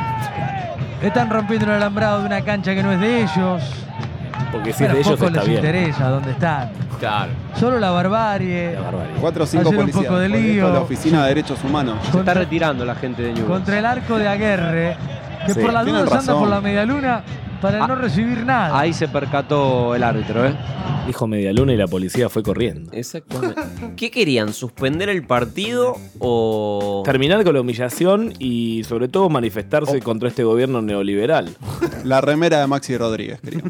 [SPEAKER 5] Están rompiendo el alambrado de una cancha que no es de ellos.
[SPEAKER 7] Porque si es
[SPEAKER 5] Pero
[SPEAKER 7] de
[SPEAKER 5] a
[SPEAKER 7] ellos
[SPEAKER 5] poco
[SPEAKER 7] está
[SPEAKER 5] les
[SPEAKER 7] bien.
[SPEAKER 5] interesa dónde están.
[SPEAKER 6] Claro.
[SPEAKER 5] Solo la barbarie.
[SPEAKER 7] La barbarie.
[SPEAKER 9] Cuatro o cinco
[SPEAKER 5] Hacer un
[SPEAKER 9] policías.
[SPEAKER 5] poco de
[SPEAKER 9] por esto
[SPEAKER 5] lío.
[SPEAKER 9] la Oficina de Derechos Humanos.
[SPEAKER 5] Contra-
[SPEAKER 6] retirando la gente de
[SPEAKER 5] contra el arco de Aguerre, que
[SPEAKER 7] Sí,
[SPEAKER 5] por las
[SPEAKER 9] tienen
[SPEAKER 5] dudas anda
[SPEAKER 9] razón.
[SPEAKER 5] por la medialuna para
[SPEAKER 6] Ah,
[SPEAKER 5] no recibir nada.
[SPEAKER 6] se percató el árbitro, ¿eh?
[SPEAKER 7] Dijo Medialuna y la policía fue corriendo.
[SPEAKER 6] Exactamente. ¿Qué querían? ¿Suspender el partido o.?
[SPEAKER 7] Terminar con la humillación y sobre todo manifestarse contra este gobierno neoliberal.
[SPEAKER 9] La remera de Maxi Rodríguez, querido.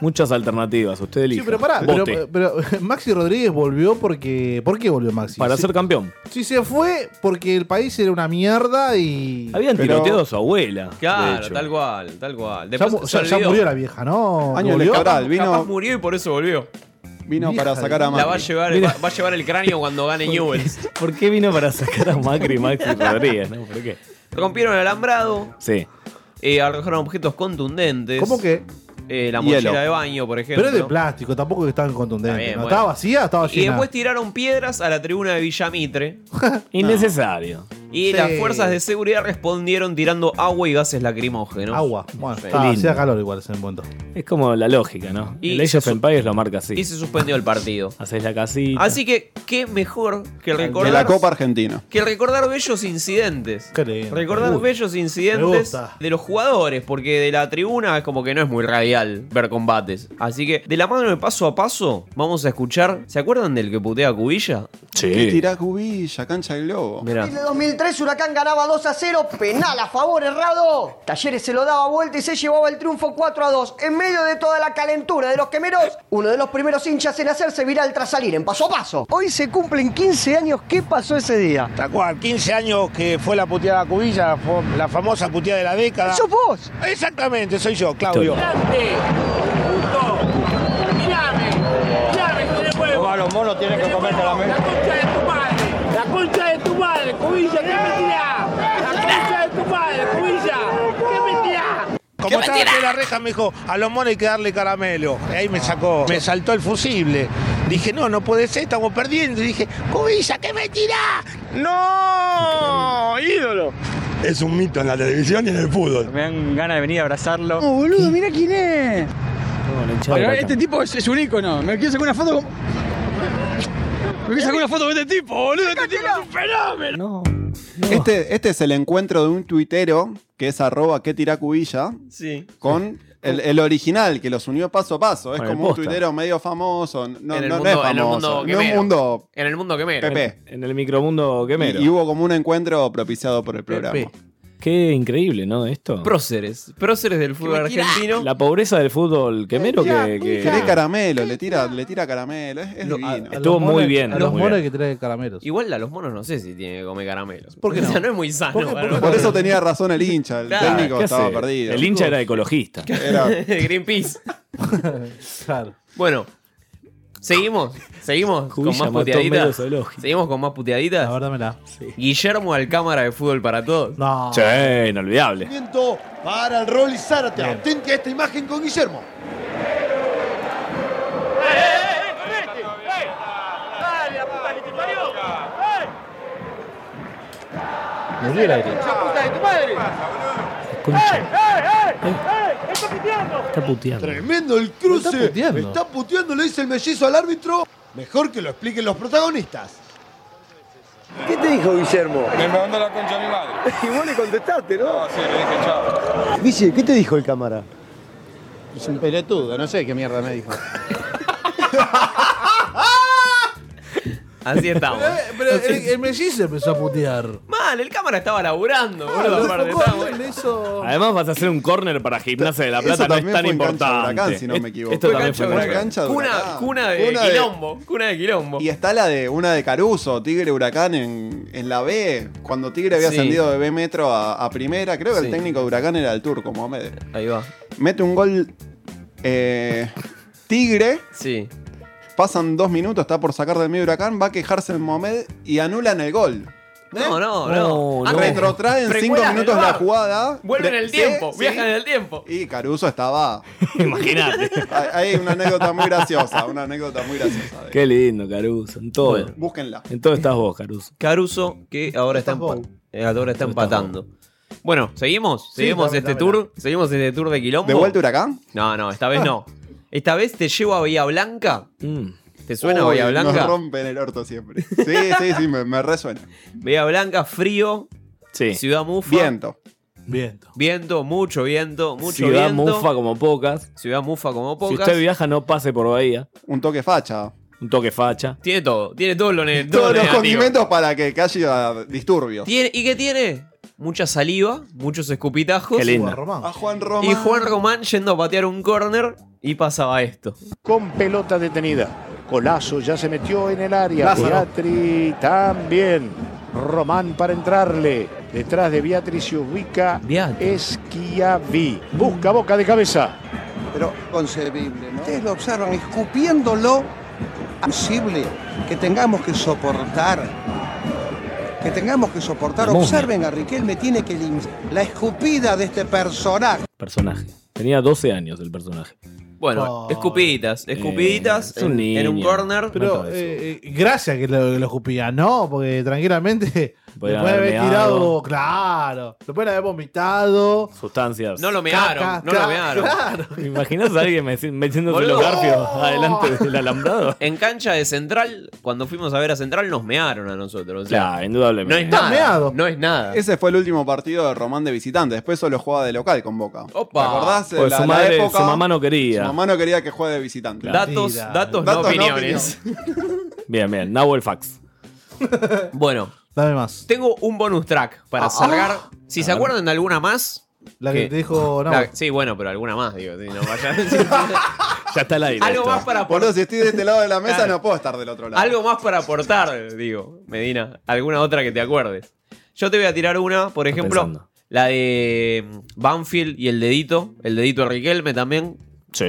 [SPEAKER 7] Muchas alternativas, usted elige.
[SPEAKER 8] Sí, pero pará, pero, eh, pero Maxi Rodríguez volvió porque. ¿Por qué volvió Maxi?
[SPEAKER 7] Para
[SPEAKER 8] Sí.
[SPEAKER 7] ser campeón.
[SPEAKER 8] Sí, se fue porque el país era una mierda y.
[SPEAKER 7] Habían
[SPEAKER 8] Pero-
[SPEAKER 7] tiroteado a su abuela. de
[SPEAKER 6] Claro,
[SPEAKER 7] hecho.
[SPEAKER 6] tal cual, tal cual.
[SPEAKER 8] Ya, mu-
[SPEAKER 6] Después
[SPEAKER 8] ya-
[SPEAKER 6] se
[SPEAKER 8] ya
[SPEAKER 6] olvidó.
[SPEAKER 8] murió la vieja, ¿no?
[SPEAKER 9] Año
[SPEAKER 8] ¿Volvió?
[SPEAKER 9] electoral,
[SPEAKER 6] Capaz
[SPEAKER 9] vino,
[SPEAKER 6] murió y por eso volvió.
[SPEAKER 9] vino
[SPEAKER 8] Vieja
[SPEAKER 9] para
[SPEAKER 8] de
[SPEAKER 9] sacar a
[SPEAKER 6] La va a
[SPEAKER 9] Macri.
[SPEAKER 6] llevar,
[SPEAKER 7] Mira.
[SPEAKER 6] va, va a llevar el cráneo cuando gane Newells.
[SPEAKER 7] ¿Por qué vino para sacar a Macri y Maxi Rodríguez? no? ¿Por qué?
[SPEAKER 6] Rompieron el alambrado,
[SPEAKER 7] Sí.
[SPEAKER 6] eh, arrojaron objetos contundentes.
[SPEAKER 8] ¿Cómo que?
[SPEAKER 6] Eh, la
[SPEAKER 9] Hielo.
[SPEAKER 6] mochila de baño, por ejemplo.
[SPEAKER 8] Pero es de plástico, tampoco que estaban contundentes.
[SPEAKER 6] Está bien,
[SPEAKER 8] ¿no?
[SPEAKER 6] bueno.
[SPEAKER 8] ¿Estaba vacía? Estaba
[SPEAKER 6] y
[SPEAKER 8] llena.
[SPEAKER 6] después tiraron piedras a la tribuna de Villamitre.
[SPEAKER 7] Innecesario.
[SPEAKER 6] Y
[SPEAKER 8] Sí.
[SPEAKER 6] las fuerzas de seguridad respondieron tirando agua y gases lacrimógenos.
[SPEAKER 8] Agua. Bueno,
[SPEAKER 6] Sí.
[SPEAKER 8] estaba-
[SPEAKER 7] Lindo.
[SPEAKER 8] hacía calor igual ese momento.
[SPEAKER 7] Es como la lógica, ¿no?
[SPEAKER 6] Y
[SPEAKER 7] el Age of
[SPEAKER 6] se-
[SPEAKER 7] Empires lo marca así.
[SPEAKER 6] Y se suspendió el partido.
[SPEAKER 7] Hacés la casita.
[SPEAKER 9] Ah,
[SPEAKER 6] Así que, qué mejor que
[SPEAKER 9] De
[SPEAKER 6] recordar,
[SPEAKER 9] la Copa Argentina.
[SPEAKER 6] que recordar bellos incidentes.
[SPEAKER 8] Qué lindo.
[SPEAKER 6] Recordar
[SPEAKER 8] Me gusta.
[SPEAKER 6] bellos
[SPEAKER 8] Me
[SPEAKER 6] incidentes
[SPEAKER 8] gusta.
[SPEAKER 6] de los jugadores, porque de la tribuna es como que no es muy radial ver combates. Así que, de la mano de paso a paso, vamos a escuchar. ¿Se acuerdan del que putea a Cubilla?
[SPEAKER 7] sí.
[SPEAKER 9] Tirá cubilla, cancha de globo.
[SPEAKER 6] Mirá.
[SPEAKER 11] 2003 Huracán ganaba 2 a 0, penal a favor errado. Talleres se lo daba vuelta y se llevaba el triunfo 4 a 2. En medio de toda la calentura de los quemeros, uno de los primeros hinchas en hacerse viral tras salir en paso a paso. Hoy se cumplen 15 años. ¿Qué pasó ese día?
[SPEAKER 4] Tal cual, 15 años que fue la puteada a cubilla, la, fo- la famosa puteada de la década.
[SPEAKER 11] ¿Sos vos?
[SPEAKER 4] Exactamente, soy yo, Claudio. Vos a los monos tienen que comerte la mesa.
[SPEAKER 2] La concha de tu madre, Cubilla, ¿qué mentira? La concha de tu madre, Cubilla, ¿qué mentira?
[SPEAKER 4] Como estaba en la reja, me dijo, a los monos hay que darle caramelo. Y ahí me sacó, me saltó el fusible. Dije, no, no puede ser, estamos perdiendo. Y dije, Cubilla, ¿qué me tirá? ¡No! ¡Ídolo! Es un mito en la televisión y en el fútbol.
[SPEAKER 3] Me dan ganas de venir a abrazarlo.
[SPEAKER 11] boludo, mira quién es.
[SPEAKER 7] Todo le echaba la
[SPEAKER 9] este
[SPEAKER 7] cara.
[SPEAKER 3] tipo es, un ícono. Me quiero sacar una foto con... Me quiero sacar una foto con este tipo, boludo. Este tipo es un fenómeno.
[SPEAKER 7] No.
[SPEAKER 9] Este, este es el encuentro de un tuitero que es arroba que tirá cubilla
[SPEAKER 6] Sí.
[SPEAKER 9] con el, el original que los unió paso a paso. Es
[SPEAKER 7] Con el
[SPEAKER 9] como un
[SPEAKER 7] posta.
[SPEAKER 9] tuitero medio famoso. No, no,
[SPEAKER 6] En el
[SPEAKER 9] no
[SPEAKER 6] mundo-
[SPEAKER 9] es
[SPEAKER 6] en el mundo
[SPEAKER 9] famoso. No es un
[SPEAKER 6] quemero.
[SPEAKER 9] mundo
[SPEAKER 6] En el mundo que menos.
[SPEAKER 9] Pepe.
[SPEAKER 7] En el micromundo quemero.
[SPEAKER 9] Y, y hubo como un encuentro propiciado por el programa.
[SPEAKER 7] Qué increíble, ¿no? Esto.
[SPEAKER 6] Próceres. Próceres del fútbol argentino.
[SPEAKER 7] La pobreza del fútbol quemero que, que-
[SPEAKER 9] Tiré caramelo, le tira, le tira caramelo. Es, es
[SPEAKER 6] Lo-
[SPEAKER 9] divino.
[SPEAKER 8] A los
[SPEAKER 7] Estuvo muy
[SPEAKER 8] monos-
[SPEAKER 7] bien,
[SPEAKER 8] A los
[SPEAKER 7] muy
[SPEAKER 8] monos
[SPEAKER 7] bien.
[SPEAKER 8] que trae caramelos.
[SPEAKER 6] Igual a los monos no sé si tiene que comer caramelos.
[SPEAKER 8] ¿Por qué
[SPEAKER 6] O sea,
[SPEAKER 8] no?
[SPEAKER 6] no es muy sano.
[SPEAKER 8] ¿Por qué- por qué
[SPEAKER 6] para-
[SPEAKER 9] Por eso tenía razón el hincha. El
[SPEAKER 6] Claro,
[SPEAKER 9] técnico
[SPEAKER 7] ¿Qué
[SPEAKER 9] estaba
[SPEAKER 7] hace?
[SPEAKER 9] perdido.
[SPEAKER 7] El hincha era ecologista.
[SPEAKER 9] Era-
[SPEAKER 6] Greenpeace.
[SPEAKER 8] Claro.
[SPEAKER 6] Bueno, seguimos. Seguimos
[SPEAKER 7] Cubilla
[SPEAKER 6] con más
[SPEAKER 7] mató medio
[SPEAKER 6] puteaditas.
[SPEAKER 7] zoológico.
[SPEAKER 6] Seguimos con más
[SPEAKER 8] La
[SPEAKER 6] puteaditas.
[SPEAKER 8] verdad me la.
[SPEAKER 6] Guillermo Alcámara de Fútbol para Todos.
[SPEAKER 9] Ah.
[SPEAKER 8] No.
[SPEAKER 7] Che, inolvidable.
[SPEAKER 4] Para el rol y Zárate,
[SPEAKER 8] Bien.
[SPEAKER 4] atente a esta imagen con Guillermo.
[SPEAKER 8] Murió el aire.
[SPEAKER 7] Está puteando.
[SPEAKER 4] Tremendo el cruce.
[SPEAKER 8] Está puteando.
[SPEAKER 4] Está puteando, le dice el mellizo al árbitro. Mejor que lo expliquen los protagonistas.
[SPEAKER 11] ¿Qué te dijo Guillermo?
[SPEAKER 10] Me mandó la concha a mi madre.
[SPEAKER 11] Y vos le contestaste,
[SPEAKER 10] No, sí, le dije chao.
[SPEAKER 11] Guille, ¿qué te dijo el cámara?
[SPEAKER 4] Es un pelotudo, no sé qué mierda me dijo.
[SPEAKER 6] Así estamos.
[SPEAKER 8] Pero el, el mellizo empezó a putear.
[SPEAKER 6] Mal, el cámara estaba laburando, boludo.
[SPEAKER 7] Ah,
[SPEAKER 6] aparte, estaba bueno.
[SPEAKER 8] le hizo-
[SPEAKER 7] Además vas a hacer un corner para Gimnasia de la
[SPEAKER 9] Eso
[SPEAKER 7] Plata, no es
[SPEAKER 9] también
[SPEAKER 7] tan
[SPEAKER 9] fue en cancha de
[SPEAKER 7] importante.
[SPEAKER 9] Huracán, si no
[SPEAKER 7] Es-
[SPEAKER 9] me equivoco.
[SPEAKER 7] Esto
[SPEAKER 9] Fue
[SPEAKER 7] también fue
[SPEAKER 9] de
[SPEAKER 7] una
[SPEAKER 9] Huracán. cancha de
[SPEAKER 6] cuna,
[SPEAKER 9] Huracán.
[SPEAKER 6] cuna de
[SPEAKER 9] Cuna de-
[SPEAKER 6] quilombo. Cuna de quilombo.
[SPEAKER 9] Y está la de una de Caruso, Tigre Huracán en, en la B, cuando Tigre había
[SPEAKER 6] Sí.
[SPEAKER 9] ascendido de B metro a, a primera, creo que
[SPEAKER 6] Sí.
[SPEAKER 9] el técnico de Huracán era el turco, Mohamed.
[SPEAKER 6] Ahí va.
[SPEAKER 9] Mete un gol eh, Tigre,
[SPEAKER 6] Sí.
[SPEAKER 9] pasan dos minutos, está por sacar del medio Huracán, va a quejarse Mohamed y anulan el gol. ¿Eh?
[SPEAKER 6] No, no,
[SPEAKER 7] No,
[SPEAKER 6] no.
[SPEAKER 7] no.
[SPEAKER 6] Antes-
[SPEAKER 9] Retrotraen cinco
[SPEAKER 6] Precuelas del
[SPEAKER 9] minutos la
[SPEAKER 6] VAR.
[SPEAKER 9] jugada.
[SPEAKER 6] Vuelven
[SPEAKER 9] Pre-
[SPEAKER 6] en el tiempo,
[SPEAKER 9] Sí,
[SPEAKER 6] viajan
[SPEAKER 9] sí.
[SPEAKER 6] en el tiempo.
[SPEAKER 9] Y Caruso estaba.
[SPEAKER 7] Imagínate.
[SPEAKER 9] Hay hay una anécdota muy graciosa, una anécdota muy graciosa. de-
[SPEAKER 7] Qué lindo, Caruso. En todo.
[SPEAKER 6] Bueno.
[SPEAKER 9] Búsquenla.
[SPEAKER 7] En todo estás vos, Caruso.
[SPEAKER 6] Caruso, que ahora está,
[SPEAKER 8] Estás
[SPEAKER 6] empa-
[SPEAKER 8] vos.
[SPEAKER 6] eh, ahora está empatando. Bueno, ¿seguimos?
[SPEAKER 8] Sí,
[SPEAKER 6] ¿Seguimos
[SPEAKER 8] dame,
[SPEAKER 6] este
[SPEAKER 8] dame,
[SPEAKER 6] tour? ¿Seguimos este tour de quilombo?
[SPEAKER 9] ¿De vuelta Huracán?
[SPEAKER 6] No, no, esta vez no. Esta vez te llevo a Bahía Blanca.
[SPEAKER 7] Mm.
[SPEAKER 6] ¿Te suena
[SPEAKER 9] Uy,
[SPEAKER 6] Bahía Blanca?
[SPEAKER 9] Nos rompen el orto siempre. Sí, sí, sí, me, me resuena.
[SPEAKER 6] Bahía Blanca, frío,
[SPEAKER 7] Sí.
[SPEAKER 6] Ciudad Mufa.
[SPEAKER 9] Viento.
[SPEAKER 8] Viento.
[SPEAKER 6] Viento, mucho viento, mucho
[SPEAKER 7] Ciudad
[SPEAKER 6] viento.
[SPEAKER 7] mufa como pocas.
[SPEAKER 6] Ciudad mufa como
[SPEAKER 7] Si
[SPEAKER 6] pocas.
[SPEAKER 7] usted viaja, no pase por Bahía.
[SPEAKER 9] Un toque facha.
[SPEAKER 7] Un toque facha.
[SPEAKER 6] Tiene todo, tiene todo lo ne- todo
[SPEAKER 9] Todos
[SPEAKER 6] lo
[SPEAKER 9] los
[SPEAKER 6] negativo.
[SPEAKER 9] condimentos para que, que haya disturbios.
[SPEAKER 6] Tiene- ¿Y qué tiene? Mucha saliva, muchos escupitajos.
[SPEAKER 9] Qué lindo.
[SPEAKER 8] Román.
[SPEAKER 9] A Juan Román.
[SPEAKER 6] Y Juan Román yendo a patear un córner y pasaba esto.
[SPEAKER 12] con pelota detenida. Colazo ya se metió en el área.
[SPEAKER 6] Lázaro.
[SPEAKER 12] Beatriz también. Román para entrarle. Detrás de Beatriz se ubica Esquiavi. Busca boca de cabeza.
[SPEAKER 13] Pero concebible, ¿no? Ustedes lo observan, escupiéndolo, posible que tengamos que soportar. Que tengamos que soportar.
[SPEAKER 7] Momia.
[SPEAKER 13] Observen a Riquelme, tiene que lim- la escupida de este personaje.
[SPEAKER 7] Personaje. Tenía 12 años el personaje.
[SPEAKER 6] Bueno, escupiditas, escupiditas
[SPEAKER 7] Oh. Eh, es un
[SPEAKER 6] en, en un
[SPEAKER 7] niño.
[SPEAKER 6] córner.
[SPEAKER 8] Pero eh, eh, gracias que lo, que lo escupía, ¿no? Porque tranquilamente
[SPEAKER 7] Podrían
[SPEAKER 8] lo puede
[SPEAKER 7] haber
[SPEAKER 8] haber
[SPEAKER 7] meado.
[SPEAKER 8] tirado, claro. Lo pueden haber vomitado.
[SPEAKER 7] Sustancias.
[SPEAKER 6] No lo mearon,
[SPEAKER 8] Caca,
[SPEAKER 6] no lo
[SPEAKER 8] caca,
[SPEAKER 6] mearon.
[SPEAKER 8] claro.
[SPEAKER 7] ¿Te imaginas a alguien meci- metiéndose
[SPEAKER 6] Boludo.
[SPEAKER 7] los garfios adelante del alambrado?
[SPEAKER 6] En cancha de Central, cuando fuimos a ver a Central, nos mearon a nosotros. o sea,
[SPEAKER 7] Claro, indudablemente.
[SPEAKER 6] No es nada. No es nada.
[SPEAKER 9] Ese fue el último partido de Román de visitante. Después solo jugaba de local con Boca.
[SPEAKER 6] Opa.
[SPEAKER 9] ¿Te acordás? de
[SPEAKER 7] Porque
[SPEAKER 9] la-
[SPEAKER 7] Pues su,
[SPEAKER 9] la
[SPEAKER 7] madre-
[SPEAKER 9] época?
[SPEAKER 7] su mamá no quería.
[SPEAKER 9] Su mamá no quería que juegue de visitante.
[SPEAKER 6] Datos,
[SPEAKER 9] Mentira.
[SPEAKER 6] datos, no
[SPEAKER 9] Datos, no
[SPEAKER 6] opiniones.
[SPEAKER 7] Bien, bien. Nahuel Fax.
[SPEAKER 6] bueno,
[SPEAKER 8] Dame más.
[SPEAKER 6] tengo un bonus track para
[SPEAKER 8] Ah,
[SPEAKER 6] cerrar.
[SPEAKER 8] ah.
[SPEAKER 6] si se acuerdan de alguna más.
[SPEAKER 8] La que
[SPEAKER 6] ¿Qué?
[SPEAKER 8] te dijo no.
[SPEAKER 6] la- sí, bueno, pero alguna más, digo. sí, no vaya-
[SPEAKER 7] Ya está al aire.
[SPEAKER 6] algo
[SPEAKER 7] esto.
[SPEAKER 6] más para
[SPEAKER 9] Boludo, si estoy de este lado de la mesa
[SPEAKER 6] Claro.
[SPEAKER 9] no puedo estar del otro lado.
[SPEAKER 6] Algo más para aportar, digo, Medina. Alguna otra que te acuerdes. Yo te voy a tirar una, por ejemplo,
[SPEAKER 7] pensando.
[SPEAKER 6] la de mm, Banfield y el dedito. El dedito de Riquelme también.
[SPEAKER 7] Sí,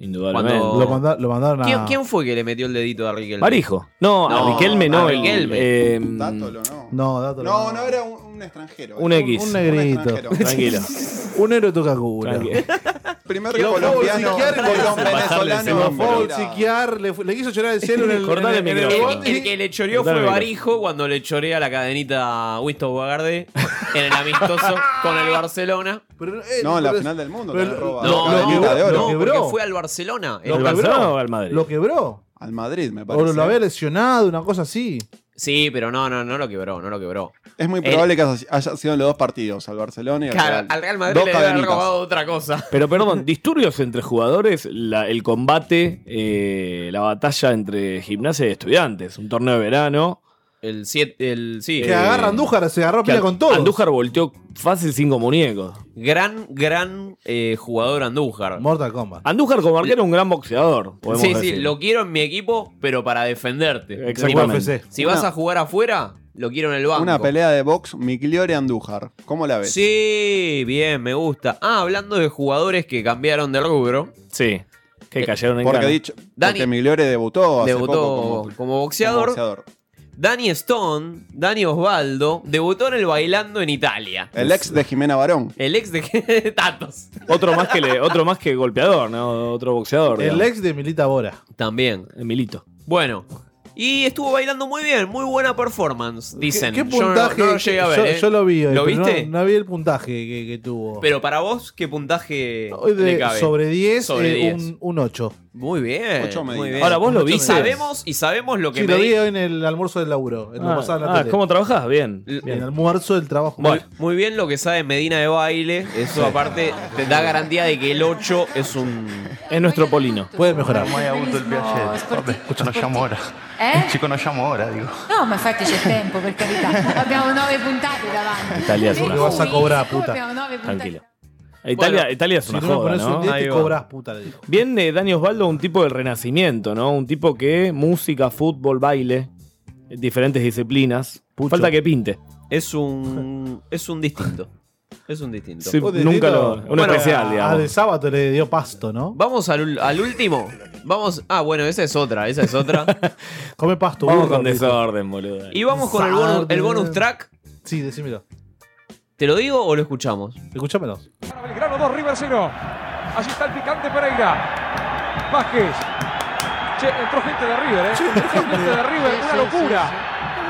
[SPEAKER 7] indudablemente.
[SPEAKER 6] Cuando-
[SPEAKER 8] Lo, manda- lo mandaron a.
[SPEAKER 6] ¿Quién, quién fue que le metió el dedito a Riquelme?
[SPEAKER 7] Marijo. No, a Riquelme no.
[SPEAKER 6] a
[SPEAKER 7] el-
[SPEAKER 6] Riquelme.
[SPEAKER 7] eh,
[SPEAKER 9] Dátolo, no.
[SPEAKER 8] No, dato
[SPEAKER 9] No, no, era un, un extranjero.
[SPEAKER 7] Un X.
[SPEAKER 8] Un
[SPEAKER 9] Un
[SPEAKER 8] negrito.
[SPEAKER 9] extranjero.
[SPEAKER 7] Tranquilo.
[SPEAKER 8] Un héroe toca culo.
[SPEAKER 7] tranquilo.
[SPEAKER 9] Primer
[SPEAKER 8] Lo fue a
[SPEAKER 9] colombiano,
[SPEAKER 8] bolsiquear en el-
[SPEAKER 9] colom-
[SPEAKER 7] Bajarle el
[SPEAKER 8] Fue
[SPEAKER 9] venezolano.
[SPEAKER 8] a
[SPEAKER 7] semáforo.
[SPEAKER 9] mira.
[SPEAKER 8] bolsiquear, le, fu- le quiso llorar el cielo en el.
[SPEAKER 7] Cortale
[SPEAKER 8] en el-
[SPEAKER 7] el
[SPEAKER 8] en el
[SPEAKER 7] micrófono.
[SPEAKER 8] bondi.
[SPEAKER 6] El que le choreó fue
[SPEAKER 7] Dámelo.
[SPEAKER 6] Barijo cuando le chorea la cadenita a Winston Bogarde en el amistoso con el Barcelona.
[SPEAKER 8] Pero, eh,
[SPEAKER 9] No, en la
[SPEAKER 8] pero-
[SPEAKER 9] final del mundo.
[SPEAKER 8] pero-
[SPEAKER 9] te la roba.
[SPEAKER 6] No,
[SPEAKER 9] la cadenita de
[SPEAKER 8] no,
[SPEAKER 9] oro.
[SPEAKER 6] No,
[SPEAKER 8] Lo
[SPEAKER 6] porque
[SPEAKER 8] quebró.
[SPEAKER 6] fue al Barcelona.
[SPEAKER 8] Lo
[SPEAKER 7] ¿El
[SPEAKER 8] quebró.
[SPEAKER 7] Barcelona o al Madrid?
[SPEAKER 8] Lo quebró.
[SPEAKER 9] Al Madrid, me
[SPEAKER 8] O
[SPEAKER 9] parece.
[SPEAKER 8] lo había lesionado, una cosa así.
[SPEAKER 6] Sí, pero no, no, no lo quebró, no lo quebró.
[SPEAKER 9] Es muy
[SPEAKER 6] El-
[SPEAKER 9] probable que haya- haya sido en los dos partidos, al Barcelona y al
[SPEAKER 6] Eh, Claro,
[SPEAKER 9] Real.
[SPEAKER 6] al Real Madrid
[SPEAKER 9] Dos
[SPEAKER 6] le debe haber
[SPEAKER 9] cadenitas.
[SPEAKER 6] robado otra cosa.
[SPEAKER 7] Pero perdón, disturbios entre jugadores, la- el combate, eh, la batalla entre gimnasia y estudiantes, un torneo de verano.
[SPEAKER 6] El 7, el sí.
[SPEAKER 8] Que agarra Andújar, se agarró
[SPEAKER 7] que
[SPEAKER 8] pila
[SPEAKER 7] An-
[SPEAKER 8] con todo.
[SPEAKER 7] Andújar volteó fácil cinco muñecos.
[SPEAKER 6] Gran, gran eh, jugador Andújar.
[SPEAKER 8] Mortal Kombat.
[SPEAKER 7] Andújar como arquero un gran boxeador, podemos
[SPEAKER 6] Sí, sí,
[SPEAKER 7] decir.
[SPEAKER 6] lo quiero en mi equipo, pero para defenderte.
[SPEAKER 7] Exactamente.
[SPEAKER 8] UFC.
[SPEAKER 6] Si vas
[SPEAKER 9] Una-
[SPEAKER 6] a jugar afuera, lo quiero en el banco.
[SPEAKER 9] Una pelea de box, Migliore Andújar. ¿Cómo la ves?
[SPEAKER 6] Sí, bien, me gusta. Ah, hablando de jugadores que cambiaron de rubro,
[SPEAKER 7] Sí, que cayeron en
[SPEAKER 9] Porque
[SPEAKER 7] cana.
[SPEAKER 9] dicho,
[SPEAKER 6] Dani-
[SPEAKER 9] porque Migliore
[SPEAKER 8] Oh,
[SPEAKER 9] debutó hace
[SPEAKER 6] debutó
[SPEAKER 9] poco como,
[SPEAKER 6] como,
[SPEAKER 9] como
[SPEAKER 6] boxeador.
[SPEAKER 9] boxeador.
[SPEAKER 6] Dani Stone, Dani Osvaldo, debutó en el Bailando en Italia.
[SPEAKER 9] El ex de Jimena Barón.
[SPEAKER 6] El ex de Tatos.
[SPEAKER 7] Otro más que le- otro más que golpeador, ¿no? Otro boxeador.
[SPEAKER 8] El
[SPEAKER 7] digamos.
[SPEAKER 8] ex de Milita Bora.
[SPEAKER 6] También.
[SPEAKER 7] Emilito.
[SPEAKER 6] Bueno. Y estuvo bailando muy bien, muy buena performance, dicen.
[SPEAKER 8] ¿Qué, qué
[SPEAKER 6] Yo no-
[SPEAKER 8] puntaje?
[SPEAKER 6] no, lo llegué a ver.
[SPEAKER 8] yo,
[SPEAKER 6] ¿eh?
[SPEAKER 8] yo lo vi hoy.
[SPEAKER 6] ¿Lo
[SPEAKER 8] pero
[SPEAKER 6] viste?
[SPEAKER 8] No, no vi el puntaje que, que tuvo.
[SPEAKER 6] Pero para vos, ¿qué puntaje
[SPEAKER 8] Hoy de-
[SPEAKER 6] le cabe?
[SPEAKER 8] sobre 10,
[SPEAKER 6] Sobre
[SPEAKER 8] eh,
[SPEAKER 6] 10.
[SPEAKER 8] un, un 8.
[SPEAKER 6] Muy bien.
[SPEAKER 9] Ocho Medina.
[SPEAKER 6] muy bien.
[SPEAKER 7] Ahora, ¿vos lo
[SPEAKER 6] Y
[SPEAKER 7] viste?
[SPEAKER 6] sabemos, y sabemos lo que
[SPEAKER 8] Sí,
[SPEAKER 6] me
[SPEAKER 8] lo vi
[SPEAKER 6] di-
[SPEAKER 8] hoy en el almuerzo del laburo. En lo
[SPEAKER 7] Ah,
[SPEAKER 8] pasaba en la
[SPEAKER 7] ah,
[SPEAKER 8] tele.
[SPEAKER 7] ¿Cómo trabajás? Bien.
[SPEAKER 6] L-
[SPEAKER 8] En el
[SPEAKER 7] bien.
[SPEAKER 8] almuerzo del trabajo.
[SPEAKER 6] Muy, muy bien lo que sabe Medina de baile. Eso aparte te da garantía de que el 8 es un.
[SPEAKER 7] Es nuestro Polino.
[SPEAKER 8] Puede mejorar.
[SPEAKER 10] Mai avuto il piacere. Vabbè, ci conosciamo ora.
[SPEAKER 14] Eh?
[SPEAKER 10] Ci conosciamo ora, dico.
[SPEAKER 14] No, ma infatti c'è tempo, per carità. Abbiamo nove puntate davanti.
[SPEAKER 7] Italia
[SPEAKER 14] Per
[SPEAKER 7] sola.
[SPEAKER 14] cui,
[SPEAKER 8] Vas a cobrare,
[SPEAKER 14] siccome
[SPEAKER 8] puta.
[SPEAKER 14] Abbiamo nove puntate
[SPEAKER 7] Tranquilo. Italia, Italia es
[SPEAKER 8] Si
[SPEAKER 7] una
[SPEAKER 8] no me
[SPEAKER 7] joda,
[SPEAKER 8] pones este
[SPEAKER 7] ¿no?
[SPEAKER 8] un 10
[SPEAKER 6] Ahí
[SPEAKER 8] te
[SPEAKER 6] va.
[SPEAKER 8] cobras, puta, le dijo.
[SPEAKER 7] Bien, eh, Dani Osvaldo, un tipo del renacimiento, ¿no? Un tipo que música, fútbol, baile, eh, diferentes disciplinas. Falta que pinte.
[SPEAKER 6] Es un. Es un distinto. Es un distinto.
[SPEAKER 7] Sí,
[SPEAKER 8] Joder,
[SPEAKER 7] nunca
[SPEAKER 8] Tito.
[SPEAKER 7] lo. Un especial,
[SPEAKER 8] Ah, de
[SPEAKER 7] digamos.
[SPEAKER 8] sábado le dio pasto, ¿no?
[SPEAKER 6] Vamos al, al último. Vamos. Ah, bueno, esa es otra. Esa es otra.
[SPEAKER 8] Come pasto.
[SPEAKER 7] Vamos
[SPEAKER 8] burro,
[SPEAKER 7] con
[SPEAKER 8] le dijo.
[SPEAKER 7] desorden, boludo.
[SPEAKER 6] Y vamos con el bonus, el bonus track.
[SPEAKER 8] Sí, decímelo.
[SPEAKER 6] ¿Te lo digo o lo escuchamos?
[SPEAKER 8] Escúchamelo.
[SPEAKER 2] Para Belgrano 2, River 0. Allí está el picante Pereira. Vázquez. Che, entró gente de River, ¿eh? Entró gente de River, una locura.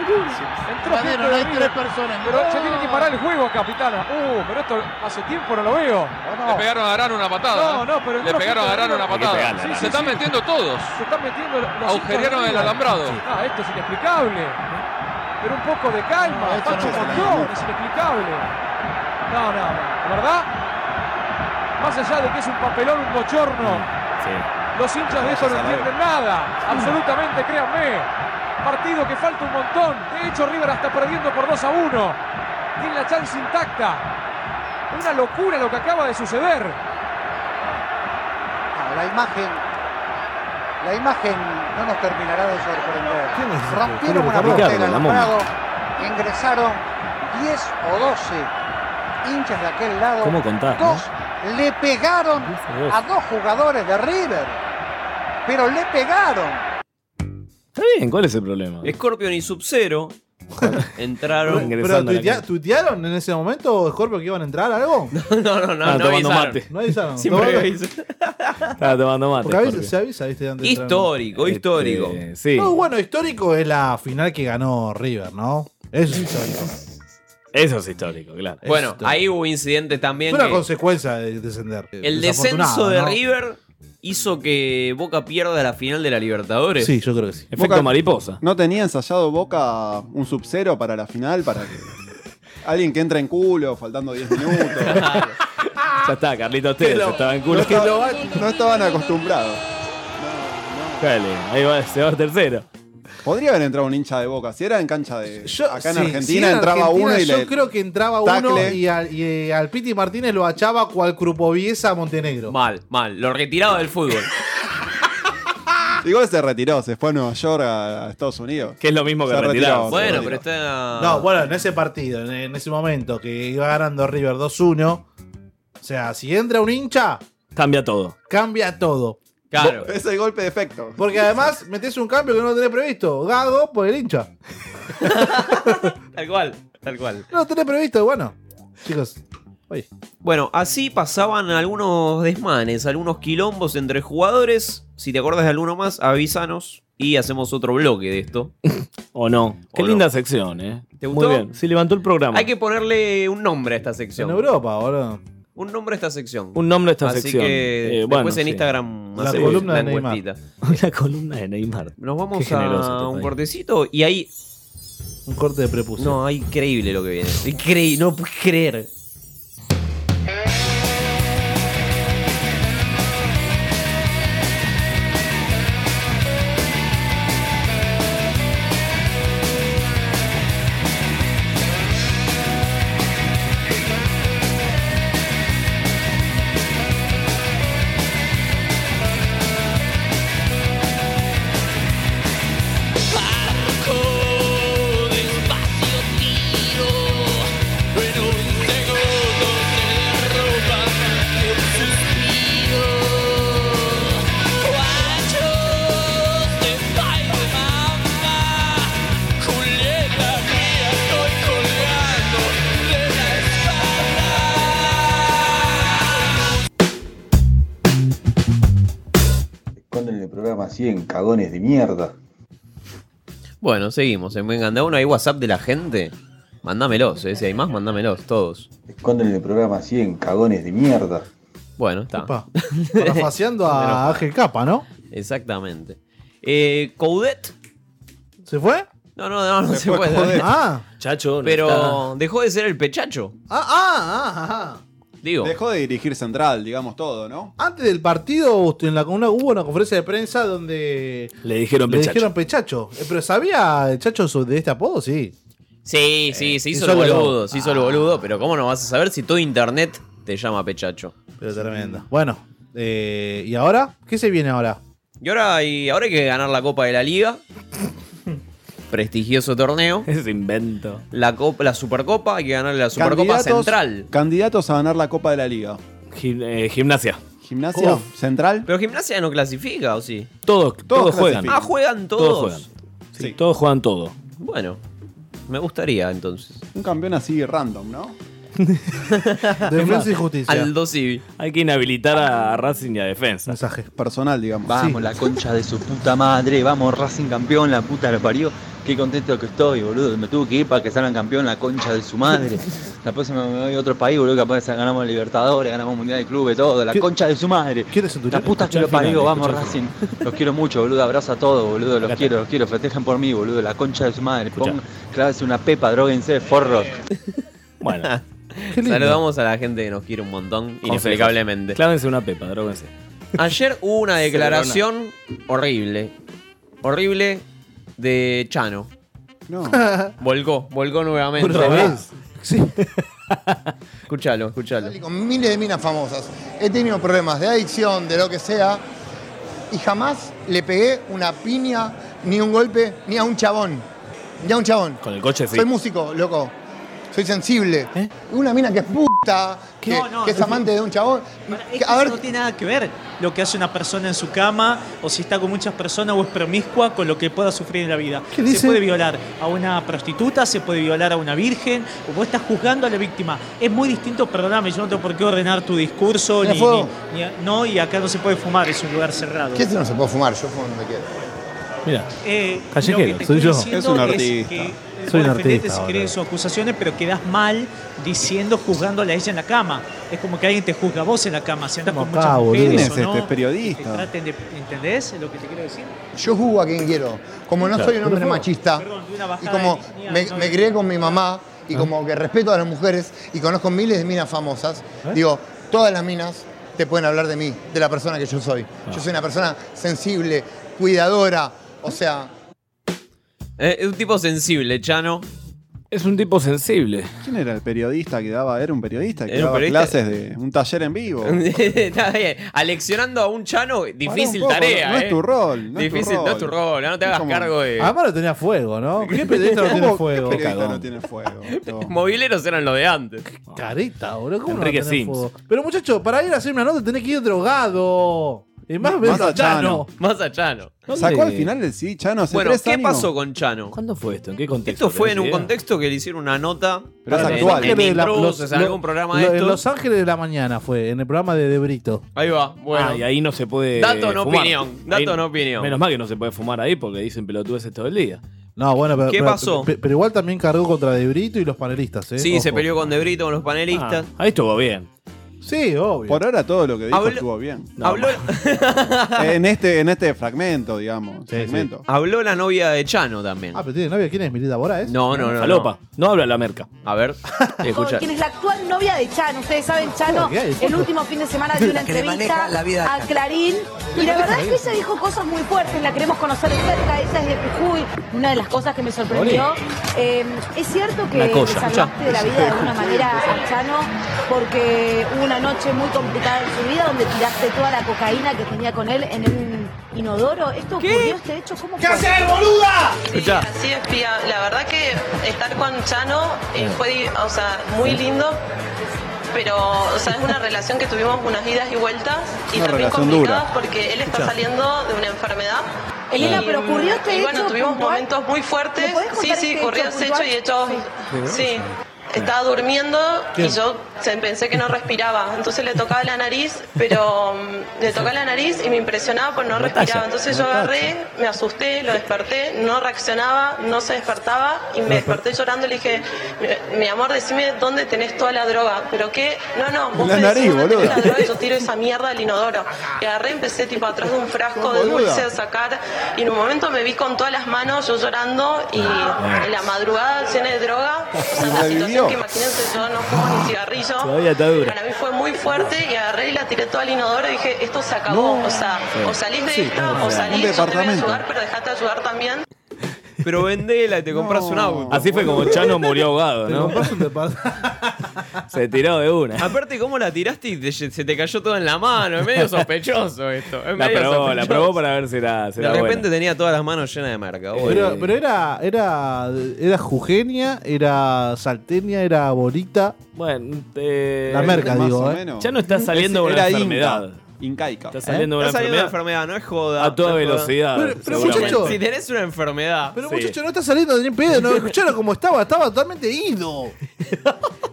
[SPEAKER 2] Entró gente de River.
[SPEAKER 13] personas.
[SPEAKER 2] Pero se tiene que parar el juego acá, Pitana. Uh, pero esto hace tiempo no lo veo. Le pegaron a Arán una patada. No, no, pero Le pegaron a Arán una
[SPEAKER 7] patada. Se
[SPEAKER 2] están metiendo todos. Se están metiendo los Agujeraron el alambrado. Ah, esto es inexplicable. Pero un poco de calma,
[SPEAKER 9] esto
[SPEAKER 2] Pacho
[SPEAKER 9] no es
[SPEAKER 2] Montón,
[SPEAKER 9] alambrado.
[SPEAKER 2] es inexplicable.
[SPEAKER 15] No, no, no. ¿Verdad? Más allá de que es un papelón, un bochorno, los hinchas de esto no entienden nada. Absolutamente, créanme. Partido que falta un montón. De hecho, River hasta perdiendo por 2 a 1. Tiene la chance intacta. Una locura lo que acaba de suceder.
[SPEAKER 16] Ah, La imagen, la imagen no nos terminará de sorprender. Rompieron una
[SPEAKER 7] Ricardo,
[SPEAKER 16] portera,
[SPEAKER 7] la
[SPEAKER 16] los
[SPEAKER 7] momia.
[SPEAKER 16] Bragos, ingresaron 10 o 12 hinchas de aquel lado.
[SPEAKER 7] ¿Cómo contás, no?
[SPEAKER 16] Dos le pegaron
[SPEAKER 7] o 12.
[SPEAKER 16] a dos jugadores de River, pero le pegaron.
[SPEAKER 7] Está bien, ¿cuál es el problema?
[SPEAKER 6] Scorpion y Sub-Zero entraron.
[SPEAKER 8] ¿Pero tuitea- tuitearon en ese momento, Scorpio, que iban a entrar algo?
[SPEAKER 6] No, no, no, no
[SPEAKER 7] Ah, tomando
[SPEAKER 6] avisaron.
[SPEAKER 7] mate.
[SPEAKER 8] No avisaron.
[SPEAKER 6] Siempre
[SPEAKER 8] No,
[SPEAKER 6] avisa.
[SPEAKER 7] Estaba tomando mate.
[SPEAKER 8] Porque avisa-
[SPEAKER 7] Jorge.
[SPEAKER 8] se avisa, viste, antes de entrar.
[SPEAKER 6] Histórico,
[SPEAKER 7] Este,
[SPEAKER 6] histórico.
[SPEAKER 7] sí.
[SPEAKER 8] No, bueno, histórico es la final que ganó River, ¿no? Eso es histórico.
[SPEAKER 7] Eso es histórico, claro.
[SPEAKER 6] Bueno, ahí hubo incidentes también.
[SPEAKER 8] Fue una
[SPEAKER 6] que-
[SPEAKER 8] consecuencia de descender.
[SPEAKER 6] el
[SPEAKER 8] Desafortunado,
[SPEAKER 6] descenso de
[SPEAKER 8] ¿no?
[SPEAKER 6] River hizo que Boca pierda la final de la Libertadores.
[SPEAKER 8] Sí, yo creo que sí.
[SPEAKER 9] Boca-
[SPEAKER 7] mariposa.
[SPEAKER 9] ¿No tenía ensayado Boca un sub-cero para la final? Para que... Alguien que entra en culo, faltando 10 minutos.
[SPEAKER 7] Ya está, Carlito, ustedes
[SPEAKER 9] lo-
[SPEAKER 7] estaban en
[SPEAKER 9] no
[SPEAKER 7] culo.
[SPEAKER 9] estaba- no estaban acostumbrados.
[SPEAKER 7] Dale, ahí va, se va el tercero.
[SPEAKER 9] Podría haber entrado un hincha de Boca. Si era en cancha de. acá en
[SPEAKER 8] Sí,
[SPEAKER 9] Argentina
[SPEAKER 8] sí, en
[SPEAKER 9] entraba
[SPEAKER 8] Argentina
[SPEAKER 9] uno y
[SPEAKER 8] Yo
[SPEAKER 9] le.
[SPEAKER 8] creo que entraba uno
[SPEAKER 9] Tacle.
[SPEAKER 8] y al, y, eh, al Piti Martínez lo achaba cual Crupoviesa a Montenegro.
[SPEAKER 6] Mal, mal. Lo retiraba del fútbol.
[SPEAKER 9] Igual se retiró, se fue a Nueva York, a, a Estados Unidos.
[SPEAKER 7] Que es lo mismo
[SPEAKER 9] que Se retirarse. retiró, se
[SPEAKER 6] Bueno,
[SPEAKER 9] retiró.
[SPEAKER 6] pero está.
[SPEAKER 8] No, bueno, en ese partido, en, en ese momento que iba ganando River 2-1. O sea, si entra un hincha,
[SPEAKER 7] Cambia todo.
[SPEAKER 8] cambia todo.
[SPEAKER 6] Claro.
[SPEAKER 9] Es el golpe de efecto.
[SPEAKER 8] Porque además metes un cambio que no lo tenés previsto. Gago por el hincha.
[SPEAKER 6] Tal cual, tal cual.
[SPEAKER 8] No lo tenés previsto, bueno. Chicos, oye.
[SPEAKER 6] Bueno, así pasaban algunos desmanes, algunos quilombos entre jugadores. Si te acordás de alguno más, avísanos y hacemos otro bloque de esto.
[SPEAKER 7] ¿O no? Qué
[SPEAKER 6] ¿O
[SPEAKER 7] linda sección, ¿eh?
[SPEAKER 6] ¿Te gustó?
[SPEAKER 7] Muy bien. Sí, levantó el programa.
[SPEAKER 6] Hay que ponerle un nombre a esta sección.
[SPEAKER 8] En Europa, boludo.
[SPEAKER 6] Un nombre a esta sección.
[SPEAKER 7] Un nombre a esta
[SPEAKER 6] Así
[SPEAKER 7] sección.
[SPEAKER 6] que
[SPEAKER 7] Eh,
[SPEAKER 6] después
[SPEAKER 7] bueno,
[SPEAKER 6] en
[SPEAKER 7] sí.
[SPEAKER 6] Instagram
[SPEAKER 7] La
[SPEAKER 6] hacemos
[SPEAKER 7] columna
[SPEAKER 6] la
[SPEAKER 7] de Neymar.
[SPEAKER 6] encuestita.
[SPEAKER 7] La columna de Neymar.
[SPEAKER 6] Nos
[SPEAKER 7] Qué
[SPEAKER 6] vamos
[SPEAKER 7] generoso
[SPEAKER 6] a
[SPEAKER 7] este
[SPEAKER 6] un
[SPEAKER 7] país.
[SPEAKER 6] cortecito y ahí.
[SPEAKER 8] Un corte de prepucio.
[SPEAKER 6] No, ahí increíble lo que viene. Increíble, no puedes creer.
[SPEAKER 17] Arco despacio tiro, en un segundo se derrumba un suspiro. Guachos de Spider-Mamba, Julieta mía, estoy colgando de la espalda.
[SPEAKER 18] Esconden el programa 100, cagones de mierda.
[SPEAKER 6] Bueno, seguimos. En Vengan de a Uno hay WhatsApp de la gente. Mandámelos, eh. si hay más, mandámelos, todos.
[SPEAKER 18] Esconden el programa 100, cagones de mierda.
[SPEAKER 6] Bueno, está.
[SPEAKER 8] Parafaseando a Ángel Capa, ¿no?
[SPEAKER 6] Exactamente. Eh, Coudet.
[SPEAKER 8] ¿Se fue?
[SPEAKER 6] No, no, no, no se, fue.
[SPEAKER 8] Ah.
[SPEAKER 7] Chacho, no
[SPEAKER 6] Pero
[SPEAKER 9] está.
[SPEAKER 6] dejó de ser el pechacho.
[SPEAKER 8] Ah, ah, ah,
[SPEAKER 6] Digo.
[SPEAKER 9] Dejó de dirigir central, digamos todo, ¿no?
[SPEAKER 8] ah. Antes del partido en la, una- hubo una conferencia de prensa donde
[SPEAKER 7] Le dijeron
[SPEAKER 8] le
[SPEAKER 7] pechacho.
[SPEAKER 8] dijeron Pechacho. Eh, Pero ¿sabía el Chacho so- de este apodo? Sí.
[SPEAKER 6] Sí, sí, Eh, se
[SPEAKER 8] hizo
[SPEAKER 6] hizo Ah. el
[SPEAKER 8] el
[SPEAKER 6] boludo,
[SPEAKER 8] boludo.
[SPEAKER 6] se hizo el boludo, pero ¿cómo no vas a saber si todo internet te llama pechacho?
[SPEAKER 8] Pero tremendo. Bueno, eh, ¿y ahora? ¿Qué se viene ahora?
[SPEAKER 6] Y ahora hay, ahora hay que ganar la Copa de la Liga. Prestigioso torneo.
[SPEAKER 7] Es invento.
[SPEAKER 6] La, Copa- la Supercopa, hay que ganarle la Supercopa Central.
[SPEAKER 9] Candidatos a ganar la Copa de la Liga.
[SPEAKER 7] gimnasia.
[SPEAKER 9] ¿Gimnasia?
[SPEAKER 6] Uf.
[SPEAKER 9] ¿Central?
[SPEAKER 6] Pero gimnasia no clasifica, ¿o sí?
[SPEAKER 7] Todos, todos, juegan.
[SPEAKER 6] Ah, juegan todos.
[SPEAKER 7] Todos juegan. Sí, Todos juegan todo.
[SPEAKER 6] Bueno, me gustaría entonces.
[SPEAKER 9] Un campeón así random, ¿no?
[SPEAKER 8] Defensa y justicia.
[SPEAKER 6] Aldo Civi.
[SPEAKER 7] Hay que inhabilitar a Racing y a Defensa.
[SPEAKER 8] Mensaje.
[SPEAKER 9] Personal, digamos.
[SPEAKER 18] Vamos, la concha de su puta madre. Vamos, Racing campeón, la puta lo parió. Qué contento que estoy, boludo. Me tuve que ir para que salgan campeón la concha de su madre. La próxima me voy a otro país, boludo. Capaz ganamos Libertadores, ganamos Mundial de Clubes, todo. La concha de su madre. La puta que
[SPEAKER 7] Escuchá
[SPEAKER 18] lo
[SPEAKER 7] el final,
[SPEAKER 18] parió, vamos,
[SPEAKER 7] escuchá el
[SPEAKER 18] Racing. Los quiero mucho, boludo. Abrazo a todos, boludo. Los quiero, los quiero. Festejen por mí, boludo. La concha de su madre. Pon, clávense una pepa, droguense, forros.
[SPEAKER 7] Bueno.
[SPEAKER 1] lindo.
[SPEAKER 6] Saludamos a la gente que nos quiere un montón, inexplicablemente.
[SPEAKER 7] Clávense una pepa, droguense.
[SPEAKER 6] Ayer hubo una
[SPEAKER 7] Se
[SPEAKER 6] declaración horrible. Horrible de Chano.
[SPEAKER 9] No.
[SPEAKER 6] Volcó, volcó nuevamente.
[SPEAKER 9] ¿Otra vez?
[SPEAKER 6] Sí. escuchalo, escuchalo.
[SPEAKER 19] Y con miles de minas famosas. He tenido problemas de adicción, de lo que sea, y jamás le pegué una piña, ni un golpe, ni a un chabón. Ni a un chabón.
[SPEAKER 7] Con el coche sí. ¿Eh?
[SPEAKER 19] Soy músico, loco. Soy sensible. Una mina que es puta, que,
[SPEAKER 20] No, no,
[SPEAKER 19] que es
[SPEAKER 20] es-
[SPEAKER 19] amante de un chabón.
[SPEAKER 20] Es que eso no tiene nada que ver lo que hace una persona en su cama o si está con muchas personas o es promiscua con lo que pueda sufrir en la vida. Se puede violar a una prostituta, se puede violar a una virgen, o vos estás juzgando a la víctima. Es muy distinto, perdóname, yo no tengo por qué ordenar tu discurso
[SPEAKER 19] ¿Tiene
[SPEAKER 20] ni,
[SPEAKER 19] fuego?
[SPEAKER 20] ni- ni- no, y acá no se puede fumar, es un lugar cerrado.
[SPEAKER 19] ¿Qué no se puede fumar? Yo fumo donde quiera.
[SPEAKER 7] Mira.
[SPEAKER 20] Eh,
[SPEAKER 7] Callejero,
[SPEAKER 20] lo que te
[SPEAKER 7] soy
[SPEAKER 20] estoy
[SPEAKER 7] yo.
[SPEAKER 20] diciendo
[SPEAKER 7] Es un
[SPEAKER 20] es
[SPEAKER 7] artista.
[SPEAKER 20] que
[SPEAKER 7] Soy un
[SPEAKER 20] vos defendete
[SPEAKER 7] artista,
[SPEAKER 20] si querés sus acusaciones, pero quedás mal diciendo, juzgándola a ella en la cama. Es como que alguien te juzga a vos en la cama, si andás con muchas
[SPEAKER 19] acá, boludo.
[SPEAKER 20] mujeres
[SPEAKER 19] ¿Quién es
[SPEAKER 20] o no,
[SPEAKER 19] este periodista?
[SPEAKER 20] que te traten de- ¿Entendés lo que te quiero decir?
[SPEAKER 19] Yo jugo a quien quiero. Como no
[SPEAKER 20] Claro.
[SPEAKER 19] soy un hombre
[SPEAKER 20] Pero fue-
[SPEAKER 19] machista, y como me, me crié con mi mamá, y como que respeto a las mujeres, y conozco miles de minas famosas, digo, todas las minas te pueden hablar de mí, de la persona que yo soy. Yo soy una persona sensible, cuidadora, o sea...
[SPEAKER 6] Eh, es un tipo sensible, Chano.
[SPEAKER 7] Es un tipo sensible.
[SPEAKER 9] ¿Quién era el periodista que daba? Era un periodista que
[SPEAKER 6] Era un
[SPEAKER 9] daba
[SPEAKER 6] periodista-
[SPEAKER 9] clases de un taller en vivo.
[SPEAKER 6] Está bien. Aleccionando a un Chano, difícil
[SPEAKER 9] poco,
[SPEAKER 6] tarea.
[SPEAKER 9] no- no es
[SPEAKER 6] eh.
[SPEAKER 9] tu rol, no es tu
[SPEAKER 6] difícil, no es tu rol. No te hagas cargo de.
[SPEAKER 8] Además lo tenía fuego, ¿no? ¿Qué
[SPEAKER 9] Este
[SPEAKER 8] periodista no tiene
[SPEAKER 6] ¿Cómo?
[SPEAKER 8] fuego?
[SPEAKER 6] ¿Qué periodista no
[SPEAKER 9] tiene fuego?
[SPEAKER 6] Mobileros eran los de antes.
[SPEAKER 8] Carita, boludo. ¿Cómo no va a
[SPEAKER 6] Enrique
[SPEAKER 8] tener
[SPEAKER 6] Sims.
[SPEAKER 8] fuego? Pero muchachos, para ir a hacer una nota tenés que ir drogado. Y más
[SPEAKER 6] Más
[SPEAKER 8] veces
[SPEAKER 6] a
[SPEAKER 8] Chano.
[SPEAKER 6] Más a Chano.
[SPEAKER 9] Sacó al final el sí, Chano, hace
[SPEAKER 6] Bueno,
[SPEAKER 9] tres
[SPEAKER 6] ¿qué
[SPEAKER 9] años.
[SPEAKER 6] pasó con Chano?
[SPEAKER 7] ¿Cuándo fue esto? ¿En qué contexto? ¿eh?
[SPEAKER 6] Esto fue en
[SPEAKER 7] ¿Tenés
[SPEAKER 6] un
[SPEAKER 7] idea?
[SPEAKER 6] contexto que le hicieron una nota.
[SPEAKER 8] Pero es
[SPEAKER 6] en-
[SPEAKER 8] actual.
[SPEAKER 6] En,
[SPEAKER 8] De la-
[SPEAKER 6] Intrusos,
[SPEAKER 8] los-
[SPEAKER 6] en algún
[SPEAKER 8] lo-
[SPEAKER 6] programa
[SPEAKER 8] lo-
[SPEAKER 6] de
[SPEAKER 8] En
[SPEAKER 6] estos.
[SPEAKER 8] Los Ángeles de la Mañana fue, en el programa de, de Brito.
[SPEAKER 6] Ahí va, bueno.
[SPEAKER 7] Ah, y ahí no se puede.
[SPEAKER 6] Dato no
[SPEAKER 7] fumar.
[SPEAKER 6] opinión, dato no opinión.
[SPEAKER 7] Menos mal que no se puede fumar ahí porque dicen pelotudeces todo el día.
[SPEAKER 8] No, bueno, pero,
[SPEAKER 7] ¿Qué
[SPEAKER 8] pero-
[SPEAKER 7] pasó?
[SPEAKER 8] pe- Pero, igual también cargó contra De Brito y los panelistas, ¿eh?
[SPEAKER 6] Sí, se
[SPEAKER 8] Ojo.
[SPEAKER 6] peleó con Debrito, con los panelistas.
[SPEAKER 7] Ah, ahí estuvo bien.
[SPEAKER 8] Sí, obvio.
[SPEAKER 9] Por ahora todo lo que dijo
[SPEAKER 6] Habló-
[SPEAKER 9] estuvo bien.
[SPEAKER 6] habló-
[SPEAKER 9] en, este, en este fragmento, digamos. fragmento.
[SPEAKER 6] Habló la novia de Chano también.
[SPEAKER 8] Ah, pero tiene novia. ¿Quién es Milita Borá, eh?
[SPEAKER 6] No, no, no.
[SPEAKER 7] Falopa. No habla la merca.
[SPEAKER 6] A ver, escucha.
[SPEAKER 14] Quien es la actual novia de Chano. Ustedes saben, Chano,
[SPEAKER 6] ¿Qué es?
[SPEAKER 14] el último fin de semana dio una
[SPEAKER 11] La que le
[SPEAKER 14] entrevista
[SPEAKER 11] maneja la vida de
[SPEAKER 14] a
[SPEAKER 11] Chano.
[SPEAKER 14] Clarín. Y la verdad es que ella dijo cosas muy fuertes, la queremos conocer de cerca, ella es de Jujuy. Una de las cosas que me sorprendió,
[SPEAKER 17] Oli.
[SPEAKER 14] eh, es cierto que
[SPEAKER 17] Una
[SPEAKER 14] le
[SPEAKER 17] cosa,
[SPEAKER 14] salvaste
[SPEAKER 17] escuchá.
[SPEAKER 14] de la vida de alguna manera a Chano, porque hubo una noche muy complicada en su vida donde tiraste toda la cocaína que tenía con él en un inodoro. ¿Esto ocurrió este hecho? ¿Cómo
[SPEAKER 17] ¿Qué
[SPEAKER 14] fue?
[SPEAKER 17] haces, boluda?
[SPEAKER 21] Sí, así es, Pía. La verdad que estar con Chano eh, fue di- o sea, muy lindo, pero o sea, es una relación que tuvimos unas idas y vueltas y
[SPEAKER 9] Una
[SPEAKER 21] también
[SPEAKER 9] relación
[SPEAKER 21] complicadas
[SPEAKER 9] dura.
[SPEAKER 21] porque él está
[SPEAKER 9] Escuchá.
[SPEAKER 21] saliendo de una enfermedad.
[SPEAKER 14] Elena,
[SPEAKER 21] Y,
[SPEAKER 14] pero ocurrió este
[SPEAKER 21] y bueno,
[SPEAKER 14] hecho
[SPEAKER 21] tuvimos
[SPEAKER 14] puntual.
[SPEAKER 21] momentos muy fuertes.
[SPEAKER 14] ¿Me podés
[SPEAKER 21] Sí,
[SPEAKER 14] contar
[SPEAKER 21] sí,
[SPEAKER 14] este
[SPEAKER 21] ocurrió
[SPEAKER 14] hecho
[SPEAKER 21] ese hecho y hecho.
[SPEAKER 14] puntual? Sí.
[SPEAKER 21] Sí. Estaba durmiendo
[SPEAKER 14] ¿Quién?
[SPEAKER 21] y yo se- pensé que no respiraba. Entonces le tocaba la nariz, pero mm, le tocaba la nariz y me impresionaba por no
[SPEAKER 7] Batalla,
[SPEAKER 21] respiraba. Entonces yo
[SPEAKER 7] batalla.
[SPEAKER 21] agarré, me asusté, lo desperté, no reaccionaba, no se despertaba y me desperté llorando y le dije, mi- mi amor, decime dónde tenés toda la droga. Pero qué, no, no, vos
[SPEAKER 9] La
[SPEAKER 21] me decís
[SPEAKER 9] nariz,
[SPEAKER 21] dónde tenés
[SPEAKER 9] boluda.
[SPEAKER 21] la droga y yo tiro esa mierda al inodoro. Y agarré, empecé tipo atrás de un frasco de
[SPEAKER 9] Boluda.
[SPEAKER 21] dulce a sacar y en un momento me vi con todas las manos yo llorando y en la madrugada llena de droga. O sea,
[SPEAKER 9] Y
[SPEAKER 21] una situación
[SPEAKER 9] revivió.
[SPEAKER 21] que imagínense, yo no fumo ni cigarrillo.
[SPEAKER 9] Todavía está dura.
[SPEAKER 21] Para mí fue muy fuerte y agarré y la tiré toda al inodoro y dije, esto se acabó.
[SPEAKER 9] No.
[SPEAKER 21] O sea, o salís de
[SPEAKER 9] Sí,
[SPEAKER 21] esto
[SPEAKER 9] claro.
[SPEAKER 21] o salís,
[SPEAKER 9] Un
[SPEAKER 21] yo te voy a
[SPEAKER 9] departamento.
[SPEAKER 21] ayudar, pero dejate ayudar también.
[SPEAKER 6] Pero vendela y te compras un auto.
[SPEAKER 7] Así fue como Chano murió ahogado, ¿no? Se tiró de una.
[SPEAKER 6] Aparte, ¿cómo la tiraste y te- se te cayó todo en la mano? Es medio sospechoso esto. es
[SPEAKER 7] La
[SPEAKER 6] medio
[SPEAKER 7] probó, la
[SPEAKER 6] sospechoso.
[SPEAKER 7] probó para ver si era, si
[SPEAKER 6] De
[SPEAKER 7] era buena.
[SPEAKER 6] repente tenía todas las manos llenas de marca. boludo.
[SPEAKER 8] Pero, pero era, era, era Jugenia, era Salteña, era Borita.
[SPEAKER 7] Bueno, eh,
[SPEAKER 8] La merca,
[SPEAKER 7] más
[SPEAKER 8] digo,
[SPEAKER 7] o
[SPEAKER 8] ¿eh?
[SPEAKER 7] menos. Ya no está saliendo de una
[SPEAKER 9] Era inca, ¿Eh?
[SPEAKER 7] enfermedad.
[SPEAKER 9] Incaica.
[SPEAKER 7] Está saliendo de una
[SPEAKER 6] Está saliendo de
[SPEAKER 7] enfermedad.
[SPEAKER 6] una enfermedad, no es joda.
[SPEAKER 7] A toda
[SPEAKER 6] no es joda.
[SPEAKER 7] velocidad, Pero- pero, seguramente. muchacho-
[SPEAKER 6] si tenés una enfermedad.
[SPEAKER 8] Pero muchacho, no está saliendo ni en pedo, no escucharon cómo estaba, estaba totalmente ido.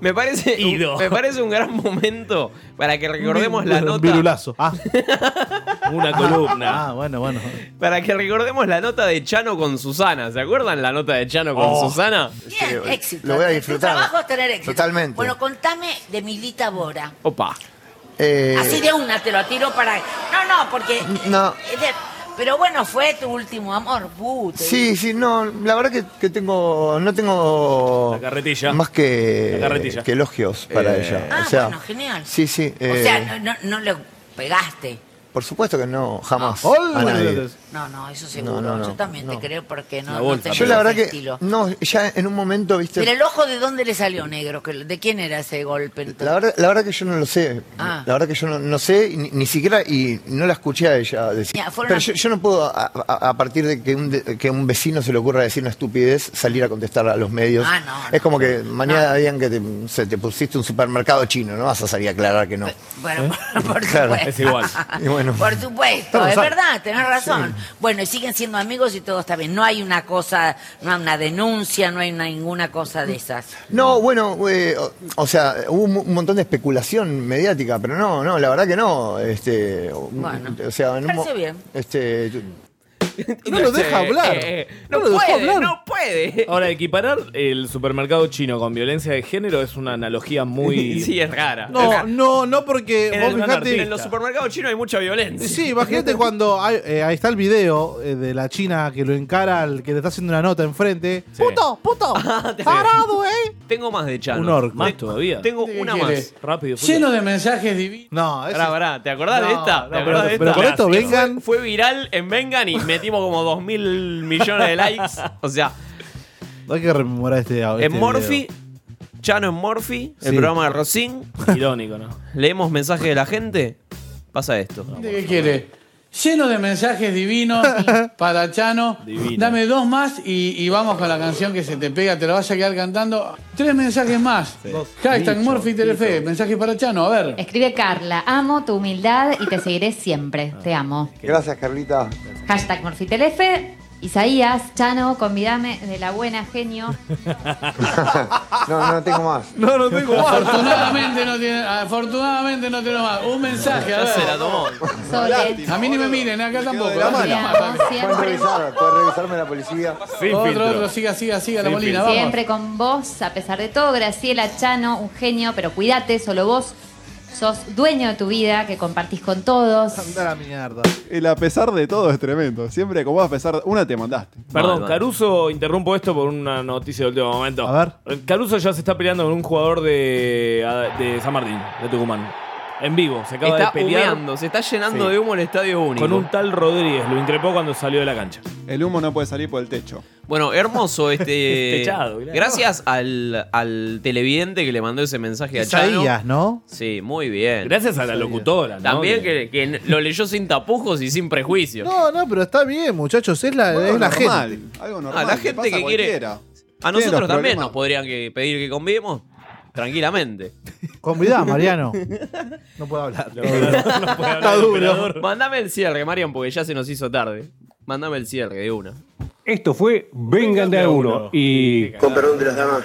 [SPEAKER 6] Me parece, un, me parece un gran momento para que recordemos la
[SPEAKER 8] Un
[SPEAKER 6] nota.
[SPEAKER 8] Virulazo. Ah,
[SPEAKER 7] Una columna.
[SPEAKER 8] ah, bueno, bueno.
[SPEAKER 6] Para que recordemos la nota de Chano con Susana. ¿Se acuerdan la nota de Chano con
[SPEAKER 16] Oh.
[SPEAKER 6] Susana?
[SPEAKER 16] Bien, éxito. Lo voy a disfrutar.
[SPEAKER 14] Tu trabajo es tener éxito.
[SPEAKER 16] Totalmente.
[SPEAKER 14] Bueno, contame de Milita Bora.
[SPEAKER 6] Opa.
[SPEAKER 16] Eh,
[SPEAKER 14] Así de una te lo tiro para. No, no, porque.
[SPEAKER 16] No.
[SPEAKER 14] eh, de-
[SPEAKER 3] Pero bueno, fue tu último amor, puto.
[SPEAKER 17] Sí, sí, no, la verdad que, que tengo, no tengo más que,
[SPEAKER 7] La carretilla.
[SPEAKER 17] que elogios para
[SPEAKER 7] Eh,
[SPEAKER 17] ella.
[SPEAKER 3] Ah,
[SPEAKER 17] o sea,
[SPEAKER 3] bueno, genial.
[SPEAKER 17] Sí, sí.
[SPEAKER 3] o
[SPEAKER 17] eh,
[SPEAKER 3] sea, no, no, no lo pegaste.
[SPEAKER 17] Por supuesto que no, jamás.
[SPEAKER 3] No,
[SPEAKER 17] a nadie.
[SPEAKER 3] No, no, eso seguro.
[SPEAKER 17] No, no, no,
[SPEAKER 3] Yo también te creo porque no, no tenés
[SPEAKER 17] Yo la verdad
[SPEAKER 3] ese
[SPEAKER 17] que
[SPEAKER 3] estilo.
[SPEAKER 17] no, ya en un momento, viste,
[SPEAKER 3] Pero el ojo de dónde le salió negro, que- de quién era ese golpe. entonces?
[SPEAKER 17] la verdad, la verdad que yo no lo sé.
[SPEAKER 3] Ah.
[SPEAKER 17] La verdad que yo no, no sé, y ni, ni siquiera, y no la escuché a ella decir.
[SPEAKER 3] Ya, fueron
[SPEAKER 17] Pero
[SPEAKER 3] a-
[SPEAKER 17] yo, yo no puedo, a, a- a partir de que, un de- que un vecino se le ocurra decir una estupidez, salir a contestar a los medios.
[SPEAKER 3] Ah, no,
[SPEAKER 17] es como que mañana digan que te, se te pusiste un supermercado chino, no vas a salir a aclarar que no.
[SPEAKER 3] Bueno, por
[SPEAKER 17] Claro.
[SPEAKER 3] supuesto.
[SPEAKER 17] ¿Eh? Es igual. Y bueno.
[SPEAKER 3] Por supuesto,
[SPEAKER 17] Vamos,
[SPEAKER 3] es
[SPEAKER 17] sal-
[SPEAKER 3] verdad, tenés razón. Bueno, y siguen siendo amigos y todo está bien. No hay una cosa, no hay una denuncia, no hay una- ninguna cosa de esas.
[SPEAKER 17] No, bueno, eh, o, o sea, hubo un, un montón de especulación mediática, pero no, no, la verdad que no. Este, un-
[SPEAKER 3] Bueno.
[SPEAKER 17] o sea, en un mo-
[SPEAKER 3] Parece bien.
[SPEAKER 17] este, yo-
[SPEAKER 7] No lo
[SPEAKER 6] Este,
[SPEAKER 7] deja hablar.
[SPEAKER 6] eh,
[SPEAKER 3] No No lo dejó puede, hablar. no puede.
[SPEAKER 7] Ahora, equiparar el supermercado chino con violencia de género es una analogía muy.
[SPEAKER 6] Sí, es rara.
[SPEAKER 8] No, no, no, porque
[SPEAKER 6] En,
[SPEAKER 8] vos
[SPEAKER 6] el-
[SPEAKER 8] fijate-
[SPEAKER 6] en los supermercados chinos hay mucha violencia.
[SPEAKER 8] Eh, Sí, imagínate cuando hay- eh, ahí está el video eh, de la china que lo encara al que le está haciendo una nota enfrente.
[SPEAKER 2] Puto, puto. Parado, eh.
[SPEAKER 6] Tengo más de Chano.
[SPEAKER 8] Un orco.
[SPEAKER 6] Más todavía. Tengo
[SPEAKER 8] ¿Qué
[SPEAKER 6] una
[SPEAKER 8] quiere?
[SPEAKER 6] más. Rápido.
[SPEAKER 8] Lleno
[SPEAKER 6] de
[SPEAKER 8] mensajes divinos. No,
[SPEAKER 6] Pará, pará, ¿te acordás
[SPEAKER 8] No,
[SPEAKER 6] de esta?
[SPEAKER 8] no,
[SPEAKER 6] ¿Te acordás
[SPEAKER 8] pero-
[SPEAKER 6] de esta?
[SPEAKER 8] pero con esto
[SPEAKER 6] Fue-
[SPEAKER 8] vengan-
[SPEAKER 6] Fue viral en Vengan y metimos como 2 mil millones de likes. O sea,
[SPEAKER 8] Hay que rememorar este, este
[SPEAKER 6] en Morphy, Chano en Morphy, el
[SPEAKER 8] Sí.
[SPEAKER 6] programa de Rosín. Irónico, ¿no? Leemos mensajes de la gente. Pasa esto.
[SPEAKER 16] ¿Qué quiere? Lleno de mensajes divinos para Chano.
[SPEAKER 6] Divino.
[SPEAKER 16] Dame dos más y, y vamos con la canción que se te pega, te la vas a quedar cantando. Tres mensajes más. Hashtag Morphy Telefe, mensajes para Chano, a ver.
[SPEAKER 22] Escribe Carla, amo tu humildad y te seguiré siempre. Te amo.
[SPEAKER 23] Ah. Gracias, Carlita.
[SPEAKER 22] Hashtag Morfitelefe. Isaías, Chano, convidame de la buena genio.
[SPEAKER 23] No, no tengo más.
[SPEAKER 8] No, no tengo
[SPEAKER 16] Afortunadamente no tiene, afortunadamente no tiene más. Un mensaje, a
[SPEAKER 6] Ya
[SPEAKER 16] ver.
[SPEAKER 6] se la tomó.
[SPEAKER 22] Sole.
[SPEAKER 16] A mí ni me miren,
[SPEAKER 2] eh,
[SPEAKER 16] acá tampoco. ¿eh? Ah,
[SPEAKER 23] de la
[SPEAKER 16] No,
[SPEAKER 23] mano.
[SPEAKER 16] no, no.
[SPEAKER 23] Pueden revisar, pueden revisarme la policía.
[SPEAKER 16] Otro, otro, siga, siga, siga la
[SPEAKER 23] Sin
[SPEAKER 16] molina, vamos.
[SPEAKER 22] Siempre con vos, a pesar de todo, Graciela, Chano, un genio, pero cuídate, solo vos sos dueño de tu vida, que compartís con todos.
[SPEAKER 9] El a pesar de todo es tremendo. Siempre como a pesar de una te mandaste.
[SPEAKER 7] Perdón,
[SPEAKER 9] Mal, mal.
[SPEAKER 7] Caruso, interrumpo esto por una noticia de último momento.
[SPEAKER 8] A
[SPEAKER 7] ver. Caruso ya se está peleando con un jugador de, a- de San Martín, de Tucumán. En vivo, se acaba
[SPEAKER 6] Está
[SPEAKER 7] de pelear.
[SPEAKER 6] humeando, se está llenando
[SPEAKER 7] Sí.
[SPEAKER 6] de humo el estadio único.
[SPEAKER 7] Con un tal Rodríguez, lo increpó cuando salió de la cancha.
[SPEAKER 9] El humo no puede salir por el techo.
[SPEAKER 6] Bueno, hermoso este.
[SPEAKER 9] Techado, claro.
[SPEAKER 6] Gracias al, al televidente que le mandó ese mensaje a Chano.
[SPEAKER 8] Isaías, ¿no?
[SPEAKER 6] Sí, muy bien.
[SPEAKER 7] Gracias a la locutora, ¿no?
[SPEAKER 6] También que, que lo leyó sin tapujos y sin prejuicios.
[SPEAKER 8] No, no, pero está bien, muchachos, es la, es la gente.
[SPEAKER 9] Algo
[SPEAKER 6] a Ah, la gente que quiere. A
[SPEAKER 8] Tiene
[SPEAKER 6] nosotros
[SPEAKER 8] los
[SPEAKER 6] también
[SPEAKER 8] problemas.
[SPEAKER 6] nos podrían que pedir que convivamos tranquilamente.
[SPEAKER 8] Convidá, Mariano. No puedo hablar. Está duro.
[SPEAKER 6] Mandame el cierre, Marian, porque ya se nos hizo tarde. Mandame el cierre de una.
[SPEAKER 24] Esto fue Vengan de a uno y. Con perdón de las damas.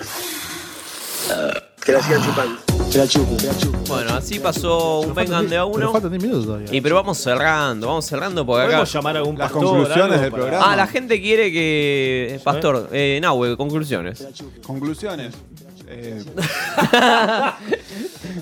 [SPEAKER 24] Que la sigan chupando. Que la chupen, que la chupen.
[SPEAKER 6] Bueno, así pasó un vengan de a
[SPEAKER 8] Pero
[SPEAKER 6] uno.
[SPEAKER 8] faltan 10 minutos todavía.
[SPEAKER 6] Y pero vamos cerrando, vamos cerrando porque acá.
[SPEAKER 7] ¿Podemos llamar a algún Las pastor, conclusiones algo del para- programa.
[SPEAKER 6] Ah, la gente quiere que. Pastor, eh, Nahue, conclusiones.
[SPEAKER 9] Conclusiones. Eh,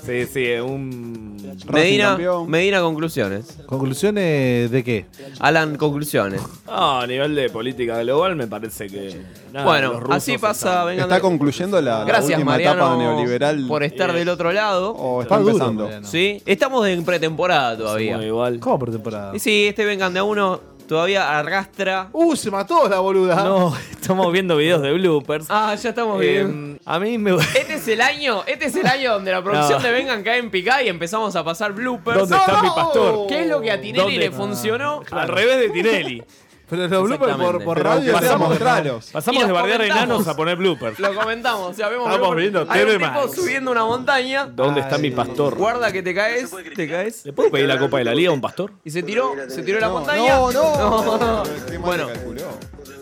[SPEAKER 7] Sí, sí, un.
[SPEAKER 6] Medina, Medina, conclusiones.
[SPEAKER 8] ¿Conclusiones de qué?
[SPEAKER 6] Alan, conclusiones.
[SPEAKER 7] Ah, a nivel de política global me parece que. nada,
[SPEAKER 6] Bueno,
[SPEAKER 7] Ah, los rusos
[SPEAKER 6] así pasa,
[SPEAKER 7] están-
[SPEAKER 6] vengan
[SPEAKER 9] está concluyendo la, la
[SPEAKER 6] Gracias,
[SPEAKER 9] última
[SPEAKER 6] Mariano,
[SPEAKER 9] etapa neoliberal.
[SPEAKER 6] por estar del otro lado.
[SPEAKER 9] O está Está duro, empezando. Mariano.
[SPEAKER 6] Sí, estamos en pretemporada todavía.
[SPEAKER 7] igual.
[SPEAKER 8] ¿Cómo por temporada?
[SPEAKER 6] Y sí, este vengan de a uno todavía arrastra.
[SPEAKER 8] Uh, se mató la boluda.
[SPEAKER 7] No, estamos viendo videos de bloopers. Eh,
[SPEAKER 6] Ah, ya estamos bien.
[SPEAKER 7] a mí me.
[SPEAKER 6] Este es el año, este es el año donde la producción
[SPEAKER 7] No.
[SPEAKER 6] de Vengan cae en picada y empezamos a pasar bloopers.
[SPEAKER 7] ¿Dónde está mi pastor?
[SPEAKER 6] ¿Qué es lo que a Tinelli
[SPEAKER 7] ¿Dónde?
[SPEAKER 6] le funcionó?
[SPEAKER 7] Al revés de Tinelli.
[SPEAKER 8] Pero los bloopers por, por
[SPEAKER 7] Pero
[SPEAKER 8] radio
[SPEAKER 7] pasamos,
[SPEAKER 8] tenemos-
[SPEAKER 7] de, pasamos
[SPEAKER 6] Y
[SPEAKER 7] de
[SPEAKER 6] los
[SPEAKER 7] bardear
[SPEAKER 6] comentamos.
[SPEAKER 7] enanos a poner bloopers.
[SPEAKER 6] Lo comentamos, o sea, vemos
[SPEAKER 7] Estamos
[SPEAKER 6] bloopers.
[SPEAKER 7] viendo
[SPEAKER 6] Hay un
[SPEAKER 7] TV
[SPEAKER 6] tipo
[SPEAKER 7] Max.
[SPEAKER 6] subiendo una montaña.
[SPEAKER 7] ¿Dónde está mi pastor?
[SPEAKER 6] Guarda que te caes, te caes.
[SPEAKER 7] ¿Le puedo pedir la Copa de la Liga a un pastor?
[SPEAKER 6] Y se tiró, se tiró la montaña.
[SPEAKER 2] no, no.
[SPEAKER 6] Bueno,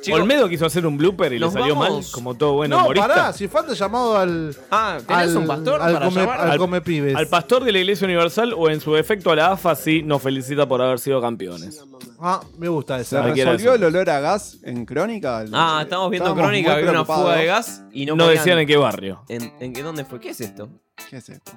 [SPEAKER 6] Chicos,
[SPEAKER 7] Olmedo quiso hacer un blooper y le
[SPEAKER 6] nos
[SPEAKER 7] salió
[SPEAKER 6] vamos.
[SPEAKER 7] mal, como todo buen
[SPEAKER 8] No,
[SPEAKER 7] humorista.
[SPEAKER 8] pará, si falta llamado al.
[SPEAKER 6] Ah, ¿tenés un pastor
[SPEAKER 8] al
[SPEAKER 6] para
[SPEAKER 8] come,
[SPEAKER 6] llamar?
[SPEAKER 8] Al,
[SPEAKER 7] Al-
[SPEAKER 8] come pibes.
[SPEAKER 7] Al pastor de la Iglesia Universal o en su defecto a la AFA sí nos felicita por haber sido campeones.
[SPEAKER 8] Ah, me gusta eso.
[SPEAKER 9] ¿Se
[SPEAKER 7] Cualquiera de
[SPEAKER 9] resolvió el olor a gas en Crónica?
[SPEAKER 6] Ah, estamos viendo
[SPEAKER 9] Estábamos
[SPEAKER 6] Crónica,
[SPEAKER 9] muy
[SPEAKER 6] había una
[SPEAKER 9] preocupados.
[SPEAKER 6] fuga de gas y no
[SPEAKER 7] No
[SPEAKER 6] podían-
[SPEAKER 7] decían en qué barrio. Eh,
[SPEAKER 6] ¿En, en qué dónde fue? ¿Qué es esto?
[SPEAKER 9] ¿Qué es esto?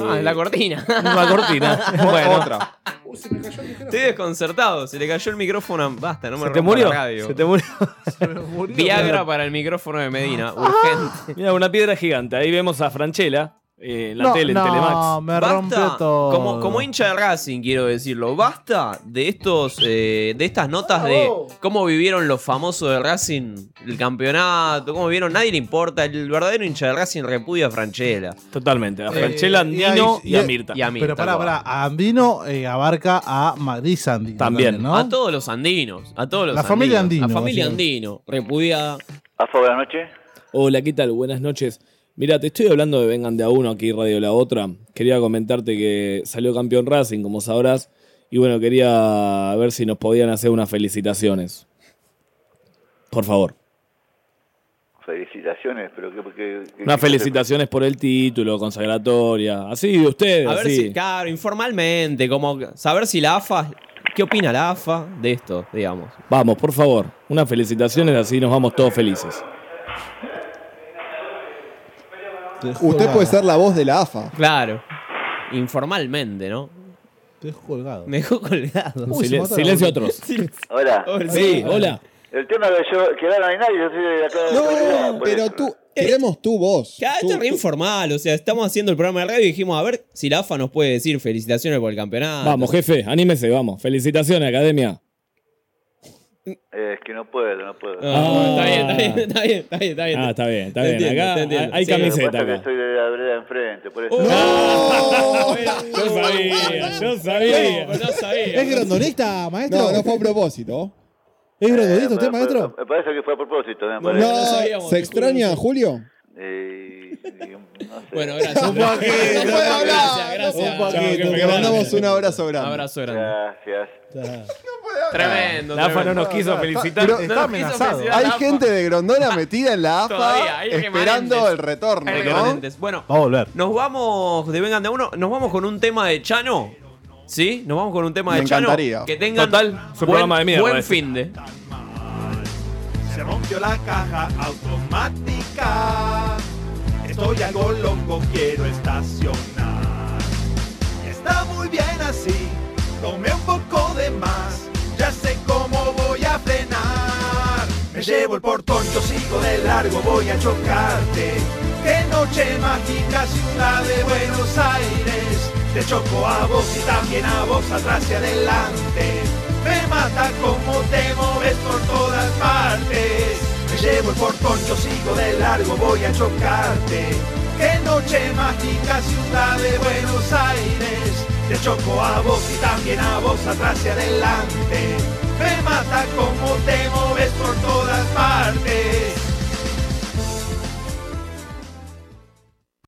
[SPEAKER 6] Ah, es la cortina.
[SPEAKER 25] Una cortina. bueno.
[SPEAKER 6] Otra. Estoy desconcertado. Se le cayó el micrófono. a- Basta, no me
[SPEAKER 25] ¿Se te
[SPEAKER 6] rompa
[SPEAKER 25] murió?
[SPEAKER 6] la radio.
[SPEAKER 25] ¿Se te murió?
[SPEAKER 6] Viagra para el micrófono de Medina.
[SPEAKER 25] urgente. Mira, una piedra gigante. Ahí vemos a Franchella eh, en la
[SPEAKER 6] No,
[SPEAKER 25] tele, en
[SPEAKER 6] no,
[SPEAKER 25] Telemax.
[SPEAKER 8] me rompió todo.
[SPEAKER 6] Como, como hincha de Racing, quiero decirlo. Basta de estos eh, de estas notas de cómo vivieron los famosos de Racing el campeonato, cómo vivieron, nadie le importa. El verdadero hincha de Racing repudia a Franchella.
[SPEAKER 25] Totalmente, a Francella, Andino Eh, y a Mirta.
[SPEAKER 8] Eh, Pero pará, pará. A Andino eh, abarca a Magris Andino. También, ¿no?
[SPEAKER 6] A todos los andinos, a todos los
[SPEAKER 8] La familia
[SPEAKER 6] andinos.
[SPEAKER 8] andino,
[SPEAKER 6] La familia
[SPEAKER 8] así es.
[SPEAKER 6] andino repudia
[SPEAKER 18] buenas noches.
[SPEAKER 7] Hola, ¿qué tal? Buenas noches. Mira, te estoy hablando de Vengan de a uno aquí, Radio La Otra. Quería comentarte que salió campeón Racing, como sabrás. Y bueno, quería ver si nos podían hacer unas felicitaciones. Por favor.
[SPEAKER 18] Felicitaciones, pero que... que- que-
[SPEAKER 7] Unas
[SPEAKER 18] que-
[SPEAKER 7] felicitaciones por el título, consagratoria. Así, de ustedes.
[SPEAKER 6] A ver
[SPEAKER 7] así.
[SPEAKER 6] si, claro, informalmente, como saber si la AFA, ¿qué opina la AFA de esto, digamos?
[SPEAKER 7] Vamos, por favor. Unas felicitaciones, así nos vamos todos felices.
[SPEAKER 9] Usted puede ser la voz de la AFA.
[SPEAKER 6] Claro, informalmente, ¿no?
[SPEAKER 8] Te dejo colgado.
[SPEAKER 6] Me dejó colgado.
[SPEAKER 7] Uy, Silen- se mataron. silencio otros.
[SPEAKER 18] Hola.
[SPEAKER 7] Sí, hola.
[SPEAKER 18] El tema que yo... Que ahora no hay nadie, yo soy de acá de Florida, por eso.
[SPEAKER 9] tú, queremos tu voz.
[SPEAKER 6] Ya, esto es re informal, o sea, estamos haciendo el programa de radio y dijimos, a ver si la AFA nos puede decir felicitaciones por el campeonato.
[SPEAKER 7] Vamos, jefe, anímese, vamos. Felicitaciones, academia.
[SPEAKER 18] Eh, es que no puedo, no puedo.
[SPEAKER 7] Ah, Ah. está bien,
[SPEAKER 6] está bien, está bien, está bien.
[SPEAKER 7] Ah, está bien, está
[SPEAKER 18] Te
[SPEAKER 7] bien.
[SPEAKER 18] entiendo,
[SPEAKER 7] acá
[SPEAKER 18] te entiendo.
[SPEAKER 7] hay
[SPEAKER 18] Sí, lo que
[SPEAKER 7] camiseta
[SPEAKER 18] pasa es
[SPEAKER 7] acá.
[SPEAKER 18] que soy de la vereda enfrente, por eso.
[SPEAKER 7] Yo sabía, yo sabía.
[SPEAKER 8] ¿Es grandonista, maestro? No, no fue a propósito. ¿Es grandonista usted, maestro?
[SPEAKER 18] Me parece que fue a propósito, me
[SPEAKER 9] No,
[SPEAKER 18] parece.
[SPEAKER 9] ¿Se extraña, Julio?
[SPEAKER 18] Eh, y- no sé.
[SPEAKER 6] Bueno,
[SPEAKER 18] gracias.
[SPEAKER 9] Un poquito, No puede hablar.
[SPEAKER 6] gracias.
[SPEAKER 9] Un poquito. Te mandamos un abrazo grande.
[SPEAKER 6] Abrazo grande.
[SPEAKER 18] Gracias.
[SPEAKER 6] Tremendo.
[SPEAKER 25] La AFA no
[SPEAKER 6] tremendo.
[SPEAKER 25] nos quiso felicitar.
[SPEAKER 9] Pero-
[SPEAKER 25] No nos
[SPEAKER 9] está
[SPEAKER 25] quiso
[SPEAKER 9] amenazado.
[SPEAKER 25] felicitar
[SPEAKER 9] Hay
[SPEAKER 25] la AFA.
[SPEAKER 9] gente de Grondona metida en la
[SPEAKER 6] Todavía,
[SPEAKER 9] AFA
[SPEAKER 6] hay
[SPEAKER 9] esperando
[SPEAKER 6] remanentes.
[SPEAKER 9] el retorno.
[SPEAKER 6] Hay
[SPEAKER 9] ¿no?
[SPEAKER 6] remanentes. Bueno,
[SPEAKER 8] Va a volver.
[SPEAKER 6] nos vamos de Vengan de a Uno, nos vamos con un tema de Chano. ¿Sí? Nos vamos con un tema
[SPEAKER 9] Me
[SPEAKER 6] de Chano.
[SPEAKER 9] encantaría.
[SPEAKER 6] Que tengan
[SPEAKER 25] Total, es un
[SPEAKER 6] buen,
[SPEAKER 25] programa de mierda
[SPEAKER 6] buen
[SPEAKER 25] este.
[SPEAKER 6] fin de.
[SPEAKER 12] Se rompió la caja automática. Estoy algo loco, quiero estacionar. Está muy bien así, tomé un poco de más. Ya sé cómo voy a frenar. Me llevo el portón, yo sigo de largo, voy a chocarte. Qué noche mágica, ciudad de Buenos Aires. Te choco a vos y también a vos, atrás y adelante. Me mata como te moves por todas partes. Me llevo el portón, yo sigo de largo, voy a chocarte. Qué noche mágica, ciudad de Buenos Aires. Te choco a vos y también a vos, atrás y adelante. Me mata como te moves por todas partes.